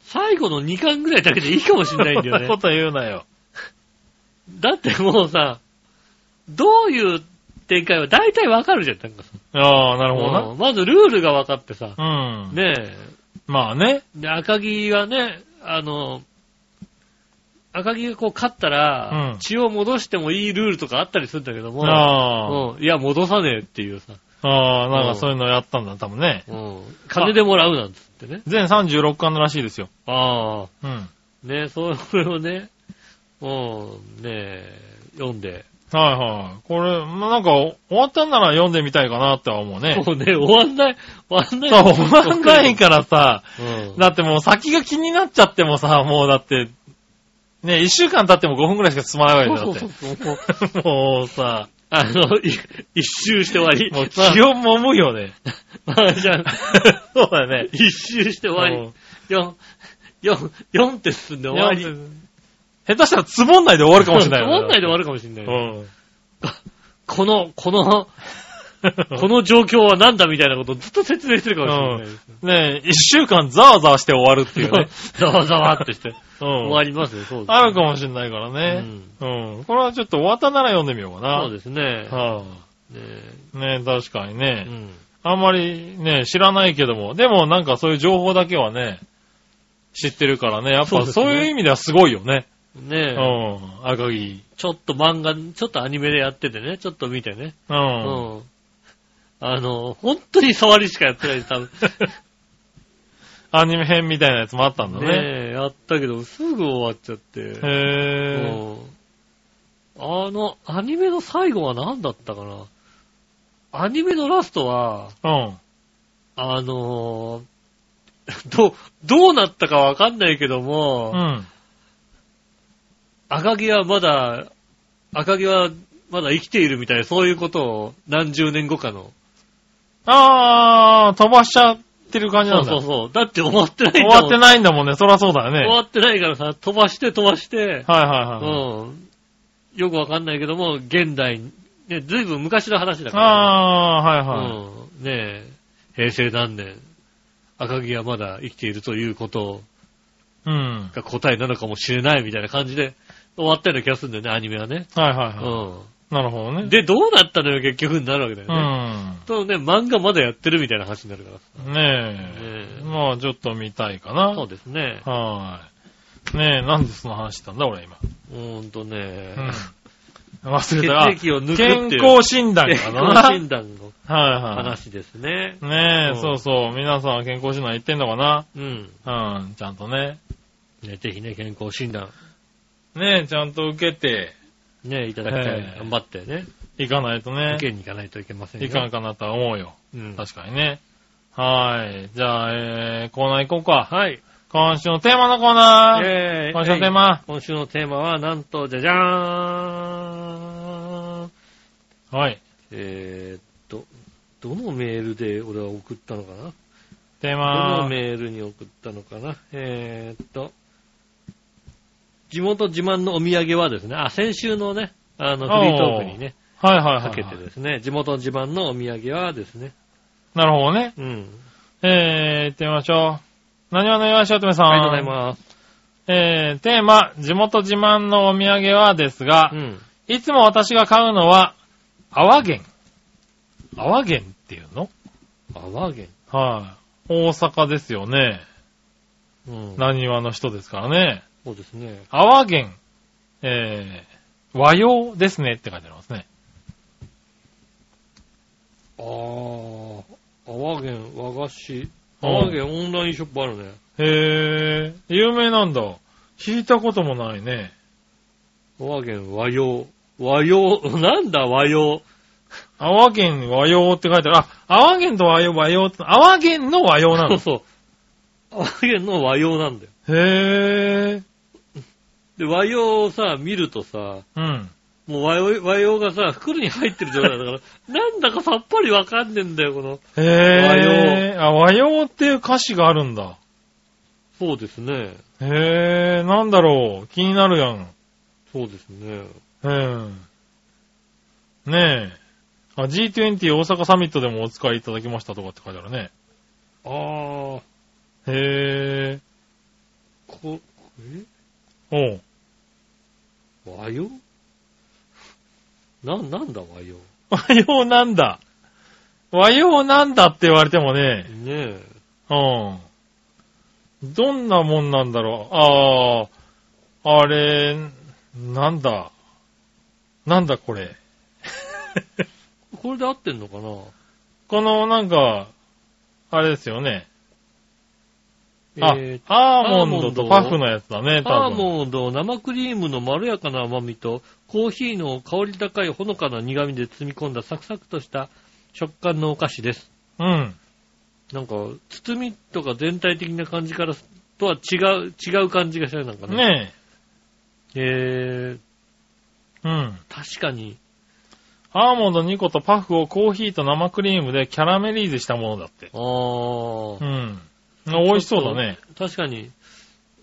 最後の2巻ぐらいだけでいいかもしれないんだよ
そんな
ね
こ。と言うなよ。
だってもうさ、どういう展開は大体わかるじゃん。なんかさ
ああ、なるほどな。
うんまずルールが分かってさ、
うん。
ねえ、
まあね。
で、赤木がね、あの、赤木がこう勝ったら、
うん
血を戻してもいいルールとかあったりするんだけども、
ああ。
うん、いや、戻さねえっていうさ、
ああ、なん
うん
かそういうのやったんだ、多分ね。
うん金でもらうなんつってね。
全36巻らしいですよ。
あ
うん。
あ、ね、それをね、うん、ね、読んで。
はいはい。これ、まあなんか、終わったんなら読んでみたいかなっては思う ね。
もうね、終わんない、終わんない。
そう、終わんないからさ、
うん。
だってもう先が気になっちゃってもさ、もうだって、ね、1週間経っても5分くらいしか進まないわけ
そう
だ
そう
よ、
そうそう。
だって。もうさ、
あの、い一周して終わり。
もう気をもむよね。
まあまあじゃあ
そうだね。
一周して終わり。 4、4、4手進んで終わり。
いや下手したらつぼんないで終わるか もしれないよね。
思んないで終わるかもしれないよ。
うん。
この、この、 この状況はなんだみたいなことをずっと説明してるかもしれないです。
ねえ、一週間ザワザワして終わるっていうね。
ざわざわってして。
うん。
終わりますよ、そうですね。
あるかもしれないからね。うん。これはちょっと終わったなら読んでみようかな。
そうですね。
は
ね
あ、ねえ、確かに
えう
ね。
ん
あんまりね、知らないけども、でもなんかそういう情報だけはね、知ってるからね、やっ
そう
ぱ
ですね
そういう意味ではすごいよね。
ね
う
え、
ん。赤木。
ちょっと漫画、ちょっとアニメでやっててね、ちょっと見てね。
う。
うんん。あの、本当に触りしかやってないです、多 分。
アニメ編みたいなやつもあったんだね。
ねえ、やったけど、すぐ終わっちゃって。
へぇ
うんあの、アニメの最後は何だったかなアニメのラストは、
ー。うん。
あのー ど、どうなったかわかんないけども、
うん。
赤木はまだ、赤木はまだ生きているみたいな、そういうことを何十年後かの。
あー、飛ばしちゃってる感じ
そ
な
うん
だ。
そうそう。だって終わってない
終
ん
わ
だ
っ
もん
てないんだもんね。そらそうだよね。
終わってないからさ、飛ばして飛ばして、
はいは
う
いは
ん。
い。
よくわかんないけども、現代に、ね、ずいぶん昔の話だから、
ああ、はいはい。
うん。ねえ、平成何年、赤木はまだ生きているということ
うん。
が答えなのかもしれないみたいな感じで終わったような気がするんだよね、アニメはね。
はいはいは
う
い。なるほどね。
ん。、で、どうなったのよ、結局になるわけだよ
う
ね。
ん。
とね、漫画まだやってるみたいな話になるから。
ね
ねえ
え。まあ、ちょっと見たいか
そう
な。
ですね。
はーい。ねえ、なんでその話したんだ、俺今。
うーんとね、
うん。忘れ
血
た。あ
液を抜くって
健
いう。
康診断
健
か
康
な。
診断の
はいは
話ですね。
い。ね
う
え、
ん
そうそう。皆さんは健康診断行ってんのかな
うん。
うん、ちゃんとね。
ね、ぜひね、健康診断、
ねえ、ちゃんと受けて
ね、いただきたい
え。え
頑張ってね、
いかないとね
受、けに行かないといけませんよ。
いかんかなとは思うよ。
うん。
確かにね。はい。じゃあ、えー、コーナー行こうか。
はい。
今週のテーマのコーナー。
えー
今週のテーマ。
今週のテーマは、なんと、じゃじゃーん。
はい。
えーっと、どのメールで俺は送ったのかな
テー
ど
マ
の。メールに送ったのかなえーっと、地元自慢のお土産はですね、あ、先週のね、あの、フリートークにね、
はいはいは
かけて
い。
ですね、地元自慢のお土産はですね、
なるほどね。
うん。
えー、行ってみましょう。何話の岩井しおとめさん。
ありがとうございます。
えー、テーマ、地元自慢のお土産はですが、
うん。
いつも私が買うのは、泡源。泡源っていうの
泡源。
はい。大阪ですよね。
うん。
何話の人ですからね。
そうですね。
泡源。えー、和洋ですねって書いてありますね。
あー、泡源、和菓子。泡源オンラインショップあるね。
へえ、有名なんだ。聞いたこともないね。
泡源、和洋。和洋、 なんだ和洋。
阿波県和洋って書いてある。あ、阿波県と和洋、和洋って、阿波県の和洋な
そう
の。
そう。泡源の和洋なんだよ。
へえ、
で、和洋をさ、見るとさ、
うん。
もう和洋和洋がさ、袋に入ってる状態だか ら、なんだかさっぱりわかんねえんだよ、この。
へえ、あ、和洋っていう歌詞があるんだ。
そうですね。
へえ、なんだろう。気になるやん。
そうですね。
うん。ねえ。あ、G20 大阪サミットでもお使いいただきましたとかって書いてあるね。
あー、
へえ、
こ、え
おう。
和洋な、なんだ和洋。
和洋なんだ。和洋なんだって言われてもね、
ねえ。
うん。どんなもんなんだろう。ああ、あれ、なんだ。なんだこれ。
これで合ってんのかな
この、なんか、あれですよね。あ、
え
アーモンドとパフのやつだね、
ー、
多
アー
分。
モンドを生クリームのまろやかな甘みと、コーヒーの香り高いほのかな苦味で包み込んだサクサクとした食感のお菓子です。
うん。
なんか、包みとか全体的な感じからすとは違う、違う感じがしたね、なんかね。
ね
えー、
え。うん。
確かに。
アーモンド2個とパフをコーヒーと生クリームでキャラメリーズしたものだって。
あー、
うん。あ美味しそうだね。
確かに、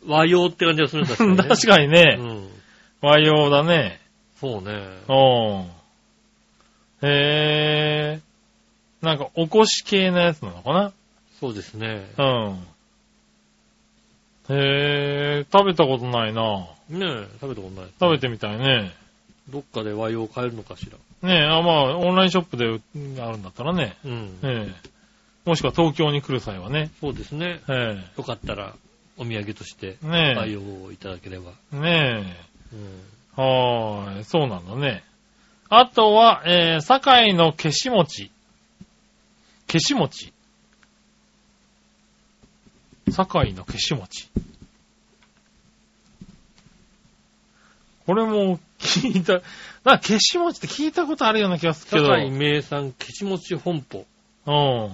和洋って感じがするんだ
確
ね。
かにね、
うん。
和洋だね。
そうね。
うん。へー。なんか、おこし系なやつなのか
そうですね。
なうん。へー、食べたことないな
ねえ、食べたことない。
食べてみたいね。
どっかで和洋買えるのかしら。
ねえ、あ、まあ、オンラインショップでうんあるんだったらね。
うん。
ええ。もしくは東京に来る際はね。
そうですね。
え
よかったら、お土産として、
え。ねえ。
和洋をいただければ。
ね
うん。
え。はーい。そうなんだね。あとは、えー、堺の消し餅。消し餅。堺の消し餅。これも聞いた、なんか消し餅って聞いたことあるような気がするけど。
堺名産消し餅本舗。
うん。お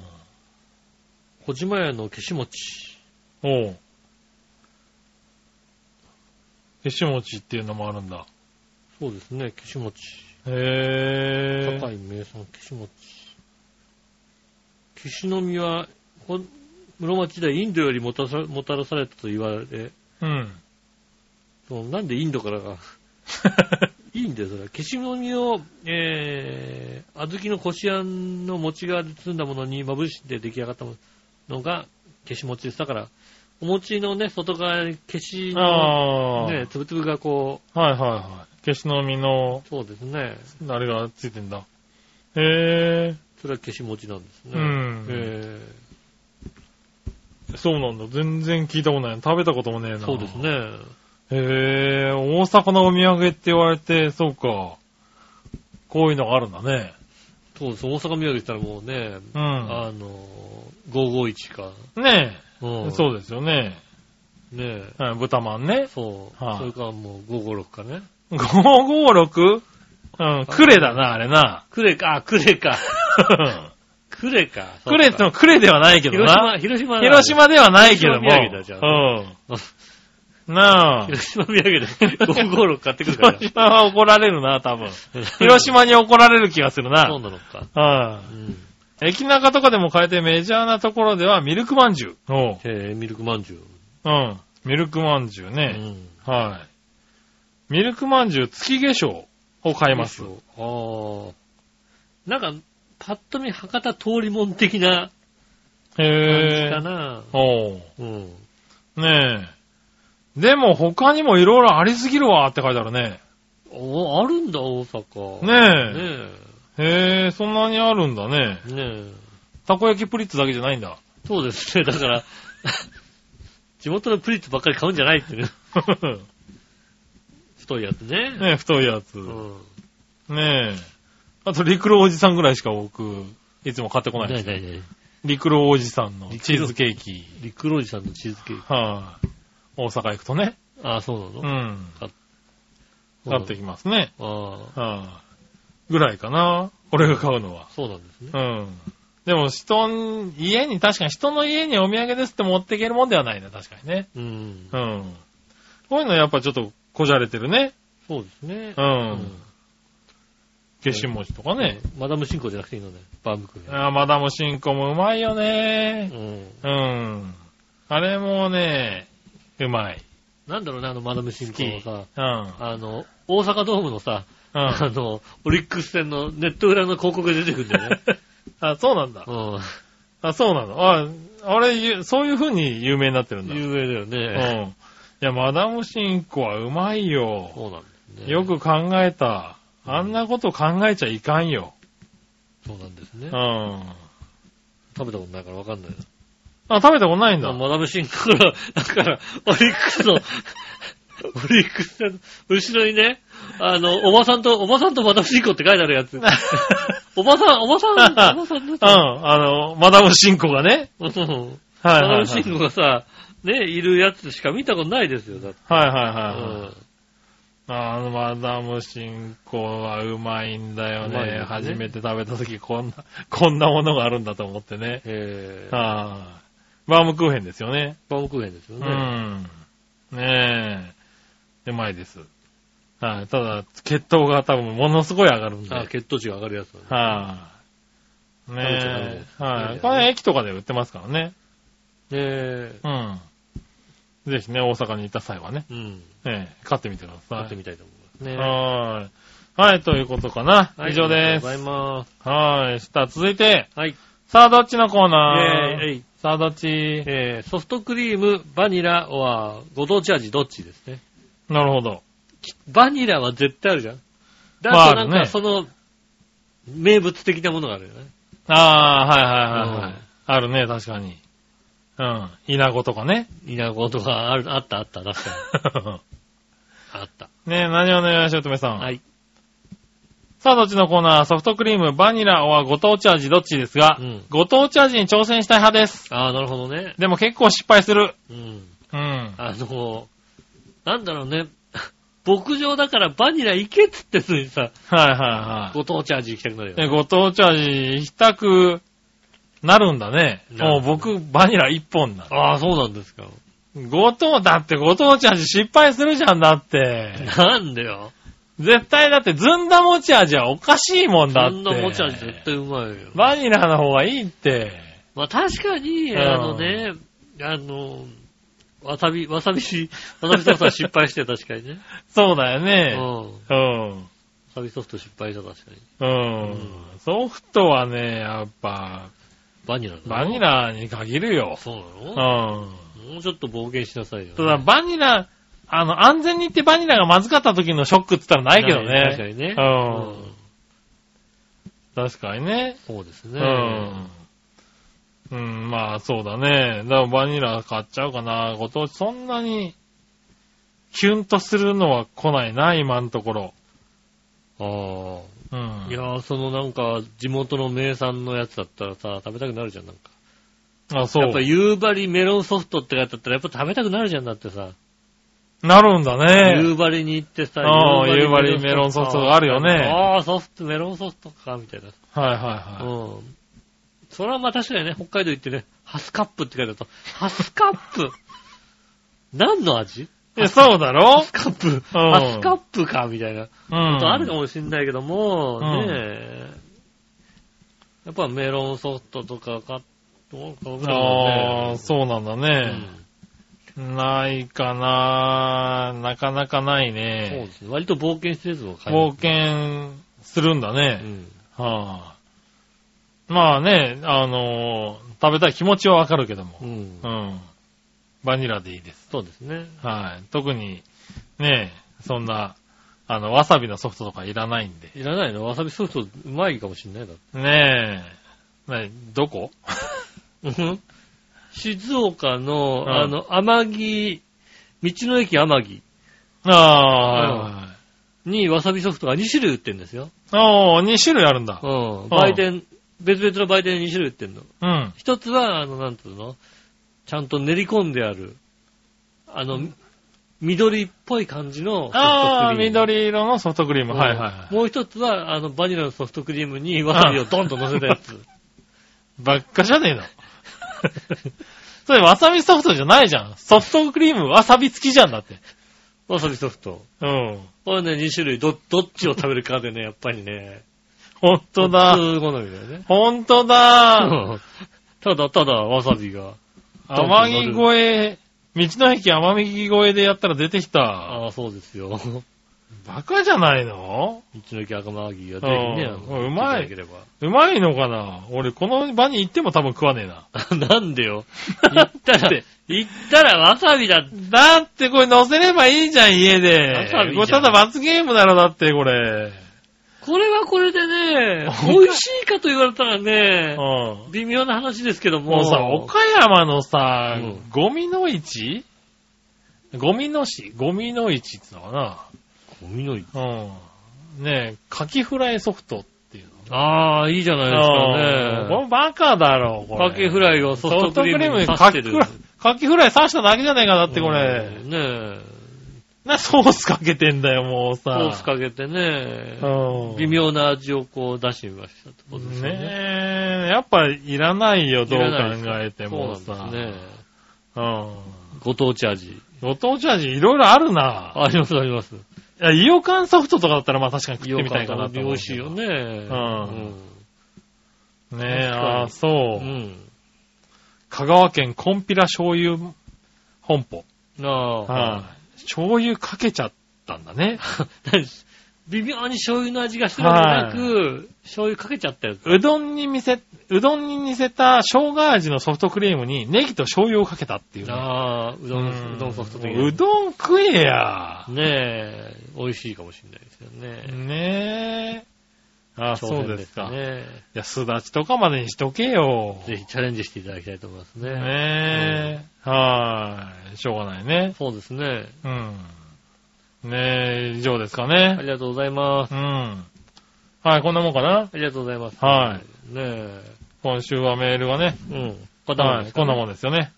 小島屋の消し餅。
う。消し餅っていうのもあるんだ。
そうですね、消し餅。
へー。
堺名産消し餅。消しの実は、こ室町時代インドよりもたさもたらされたと言われ、
うん。
そのなんでインドからが、いいんだよ、それは。消しの実を、えー、小豆のこしあんの餅側で包んだものにまぶして出来上がったものが消し餅です。だから、お餅のね、外側に消しの、
ああ。
ね、つぶつぶがこ
はいはいはい。消しの実の
う、、そうですね。
あれがついてんだ。へ
それは消し餅なんですね。
うん
え
え。そうなんだ。全然聞いたことない。食べたこともねえな。
ーそうです。ね。
へえ、大阪のお土産って言われて、そうか。こういうのがあるんだね。
そうです。大阪土産って言ったらもうね、
う
あの、551か。
ん。ね
う
え。
ん
そうですよね。
ねえ
はい豚まんね。
そう。
はい
それからもう556かね。
556? うん。クレだな、あれな。
クレか、あクレか。クレか。そう
ク
か
レってのクレではないけど
広島、
な。
広島だ
広島ではないけども。
広島土産だじゃ
うん。なあ。
広島土産で556買って くるから。
広島は怒られるな、多分。広島に怒られる気がする
そう
な。
なのか。
は
う
い
ん。
駅中とかでも買えてメジャーなところではミルクまんじゅう。おう
へえ、ミルクまんじゅう。
うん。ミルクまんじゅう
う
ね。
ん。
はい。ミルクまんじゅう月化粧を買います。
ああ。なんか、パッと見博多通りもん的な感じ
へ
か
ぇー。
な。
おう
うん。
ねえ。でも他にも色々ありすぎるわって書いてあるね。
お、あるんだ、大阪。
ねへえ、そんなにあるんだね。
え。ねえ。ねえ。
たこ焼きプリッツだけじゃないんだ。
そうですね。だから、 地元のプリッツばっかり買うんじゃないってね。太いやつね。
ねえ、太いやつ。
うん。
ねえ。あと、陸路おじさんぐらいしか僕、いつも買ってこないで
ね
す。
えねえね
陸路おじさんの
陸路
チーズケーキ。
えリクロージさんのチーズケーキ。
はい、大阪行くとね。
ああ、そうなの
うん。
そうな
買っ
の
てきますね。
ああ、
はい、ぐらいかな。俺が買うのは。
そうなんですね。
うん。でも、人ん、家に、確かに人の家にお土産ですって持っていけるもんではないね。確かにね。
うん
う。ん。こういうのやっぱちょっと、こじゃれてるね。
そうですね
う。ん。消し餅とかね。
マダム進行じゃなくていいのね、バームクーヘン。
ああ、マダムシンコもうまいよね
うん。
うん。あれもね、うまい。
なんだろうね、あのマダム進行のさ、
うん。
あの、大阪ドームのさ、
う
あ
ん。
の、オリックス戦のネット裏の広告が出てくるんだよね。
あ、 そうなんだ。
う
あ、そうなの。あ、あれ、ゆそういう風に有名になってるん
ん。
だ。
有
う
名だよね。
ん。いや、マダムシンコはうまいよ。
そうなんですね。
よ。く考えた。あんなこと考えちゃいかんよ。
そうなんです
う
ね
ん。。あ、
食べたことないからわかんない
食べたことないんだ
な。。マダム進行の、だから、オリックスの、 オリックス戦の、後ろにね、あの、おばさんと、おばさんとマダム進行って書いてある やつ。おばさん、おばさん、おばさんだっ
うん。
た
あの、マダムシンコがね。
うん
はい
マ
はい
ダ
は
ム
い。
シンゴがさ、ね、いるやつしか見たことないですよ、だって。
はいはいうはいはい。
ん
あの、マダムシンコはうまいんだよ
うまいで
ね。
すね
初めて食べた時こんな、 こんなものがあるんだと思ってね。
えー、
ああ。バームクーヘンですよね。
バームクーヘンですよ
う
ね。
ん。ねえ。うまいです。はい。ただ、血糖が多分ものすごい上がるんで。
あ、
はい、
血糖値が上がるやつなんだ。
ね
食べちゃダメで
え。
す
はい、
ね
これ駅とかで売ってますからね。
え
うん。ぜひね、大阪に行った際はね、
えうん。
ええ、買ってみてくださ
やって
い。
みたいと思いますね。
はーい。はい、ということかな。
はい
以上です。
ありがとうございます。
はーい。さあ、続いて、
はい。
さあ、どっちのコーナー
えい
さあ、どっち
えーソフトクリーム、バニラは、ご当地味どっちですね。
なるほど。
バニラは絶対あるじゃん。だ
まあ
となん
ある
か
ね
その、名物的なものがあるよね。
ああ、はいはいはい、は
う
い
ん。
あるね、確かに。うん。稲子とかね。
稲子とかある、あったあった、確かに。あった。
ねえ、何をね、しおとめさん。
はい。
さあ、どっちのコーナーソフトクリーム、バニラはご当地味どっちですが、
うん
ご当地味に挑戦したい派です。
ああ、なるほどね。
でも結構失敗する。
うん。
うん。
あの、なんだろうね。牧場だからバニラ行けっつってすにさ、
はいはいは
ご当地味行きたくなるよ
い。ね
ね。
ご当地味行きたくなるんだね。
な
も
る
う僕、バニラ一本だ。
ああ、そうなんですか。
ご当、だってご当地味失敗するじゃんだって。
なんだよ。
絶対だってずんだ餅味はおかしいもんだっ
そ
て。
んなもちゃ絶対うまいよ。
バニラの方がいいって。
まあ確かに、あのね、あの、わさび、わさびし、わさびソフトは失敗して確かにね。
そうだよ
うん。
ね。
わ
うん。
さびソフト失敗した確かに。
うん。ソフトはね、やっぱ、
バニラだな
バニラに限るよ。
そうな
う。
んのもうちょっと冒険しなさいよ、
ただ、バニラ、あの、安全に言ってバニラがまずかった時のショックって言ったらないけど
確か
ね。
にね。
う
うんん。
確かにね。
そうです
う
ね。
ん。うん、まあ、そうだね。だからバニラ買っちゃうかな。ご当地、そんなに、キュンとするのは来ないな、今のところ。
あ
う
あ。
ん。
いやー、そのなんか、地元の名産のやつだったらさ、食べたくなるじゃん、なんか。
あ、そ
やっぱ
う。
夕張メロンソフトって書いてあったら、やっぱ食べたくなるじゃん、だってさ。
なるんだね。
夕張に行ってさ、
ああ夕張メロンソフトがあるよね
ああ、ソフト、メロンソフトか、みたいな。
はいはいは
うん。それはまあ確かにね、北海道行ってね、ハスカップって書いてあった。ハスカップ何の味
い。いやそうだろ
ハスカップ、
うん
ハスカップか、みたいなこ
うん。
とあるかもしんないけども、
うん
ねえ。やっぱメロンソフトとか買っどうかわかんない
あ
ね
あ、そうなんだ
う
ね。
ん
ないかななかなかない
そう
ね
で。すね。割と冒険施設を買い
冒
ます
険するんだ
う
ね。
ん。
はあ、まあね、あのー食べたい気持ちはわかるけども
う。ん
う。ん。バニラでいいです。
そうですね。
はい。特に、ね、そんな、あの、わさびのソフトとかいらないんで。
いらないのわさびソフトうまいかもしんないだって
ねえ。ねどこ
静岡の、
うん
あの、天城、道の駅天城
あ
にわさびソフトが2種類売ってるんですよ。
あ、はいはい。おー、2種類あるんだ
う。ん。売店、別々の売店で2種類売ってるの。
うん。
一つは、あの、なんつうのちゃんと練り込んである、あの、緑っぽい感じのソフトクリーム。
ああ、緑色のソフトクリー
うん。
ム。はいはいはい。
もう一つは、あの、バニラのソフトクリームにわさびをドンと乗せたや つ。
ばっかじゃねえの。それわさびソフトじゃないじゃん。ソフトクリームわさび付きじゃんだって。
わさびソフト。
うん。
これね、2種類、ど、どっちを食べるかでね、やっぱりね。
ほんとだ。
普通好みだよね。
ほんとだ。
うんただただわさびが。
天城越え、道の駅天城越えでやったら出てきた。
ああ、そうですよ。道
バカじゃないの
の駅赤間ぎがぜひね、あ
うん
の
うまい
来てただければ
うまいのかな俺この場に行っても多分食わねえな。
なんでよ。行った
だっ
ら
て、
行ったらわさびだって。
だってこれ乗せればいいじゃん、家
わ
で
さびじゃん。
これただ罰ゲームだろ、だってこれ。
これはこれでね、美味しいかと言われたら
う
ね
ん。、
微妙な話ですけども。
もうさ、岡山のさ、
うん
ゴミの市ゴミの市ゴミの市ってのか
ゴミの市
なうん。ねえ、カキフライソフトっていうの。
ああ、いいじゃないです
うんこ
かね。
れバカだろ、これ。
カキフライをソ
ソ
フ
フト
ト
ク
クリ
リ
ー
ー
ム
ム
に
に
刺
カ
して
キ
る
フ。ライ、カキフライ刺しただけじゃねえか、だってこれ
う。んねえ。
な、ソースかけてんだよ、もうさ。
ソースかけてね、
うん。
微妙な味をこう出してみましたってことですよね。
ねえ、やっぱいらないよ、どう考えても
そうな
さ
ん。ですね。
うん。
ご当地味。
ご当地味いろいろあるな。
ありますあります。
いや、イオカンソフトとかだったら、まあ確かに食ってみたいかなと
美
思う
味
け
し
ど
いよ。ね。うん
ねえ、ああ、
う
そう。
ん。
香川県コンピラ醤油本舗。
なあ。
はい醤油かけちゃったんだね。
微妙に醤油の味がするわけなく、醤油かけちゃったやつ。
うどんに見せ、うどんに似せた生姜味のソフトクリームにネギと醤油をかけたっていうね、
ああ、うどん、うどんソフト的
うどん食えや。
ねえ、美味しいかもしれないですよね。
ねえ。あ、そうですか。
挑戦
い
ですね。
や、すだちとかまでにしとけよ。
ぜひチャレンジしていただきたいと思いますね。
ねえ。はーい。しょうがないね。
そうですね。
うん。ねえ、以上ですか
あ
ね。
りがとうございます。
うん。はい、こんなもんか
あ
な。
りがとうございます。。
はい
ねえ。
今週はメールがね。
うん。こんなもん
は
で
い、
すか
こん
ね
なもんですよね。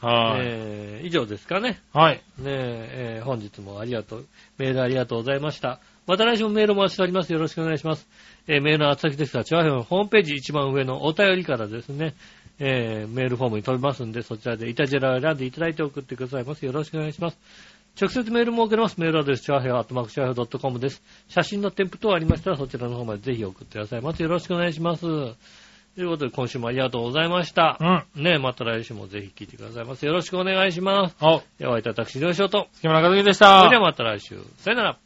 はい。
えー以上ですかね。
はい。
ねえ、えー本日もありがとう、メールありがとうございました。また来週もメールお待ちしております。よろしくお願いします。えーメールの宛先ですが、チワヘのホームページ一番上のお便りからですね、えーメールフォームに飛びますんで、そちらでイタジェラを選んでいただいて送ってくださいます。よろしくお願いします。直接メールも送れます。メールアドレス、チワヘアットマークチワヘドットコムです。写真の添付等ありましたら、そちらの方までぜひ送ってくださいませ。よろしくお願いします。ということで、今週もありがとうございました
う。ん。
ねえ、また来週もぜひ聞いてくださいませ。よろしくお願いします。
お、
では、いただき、井上翔と。
月村和樹でし
そ
た。
れではまた来週。さよなら。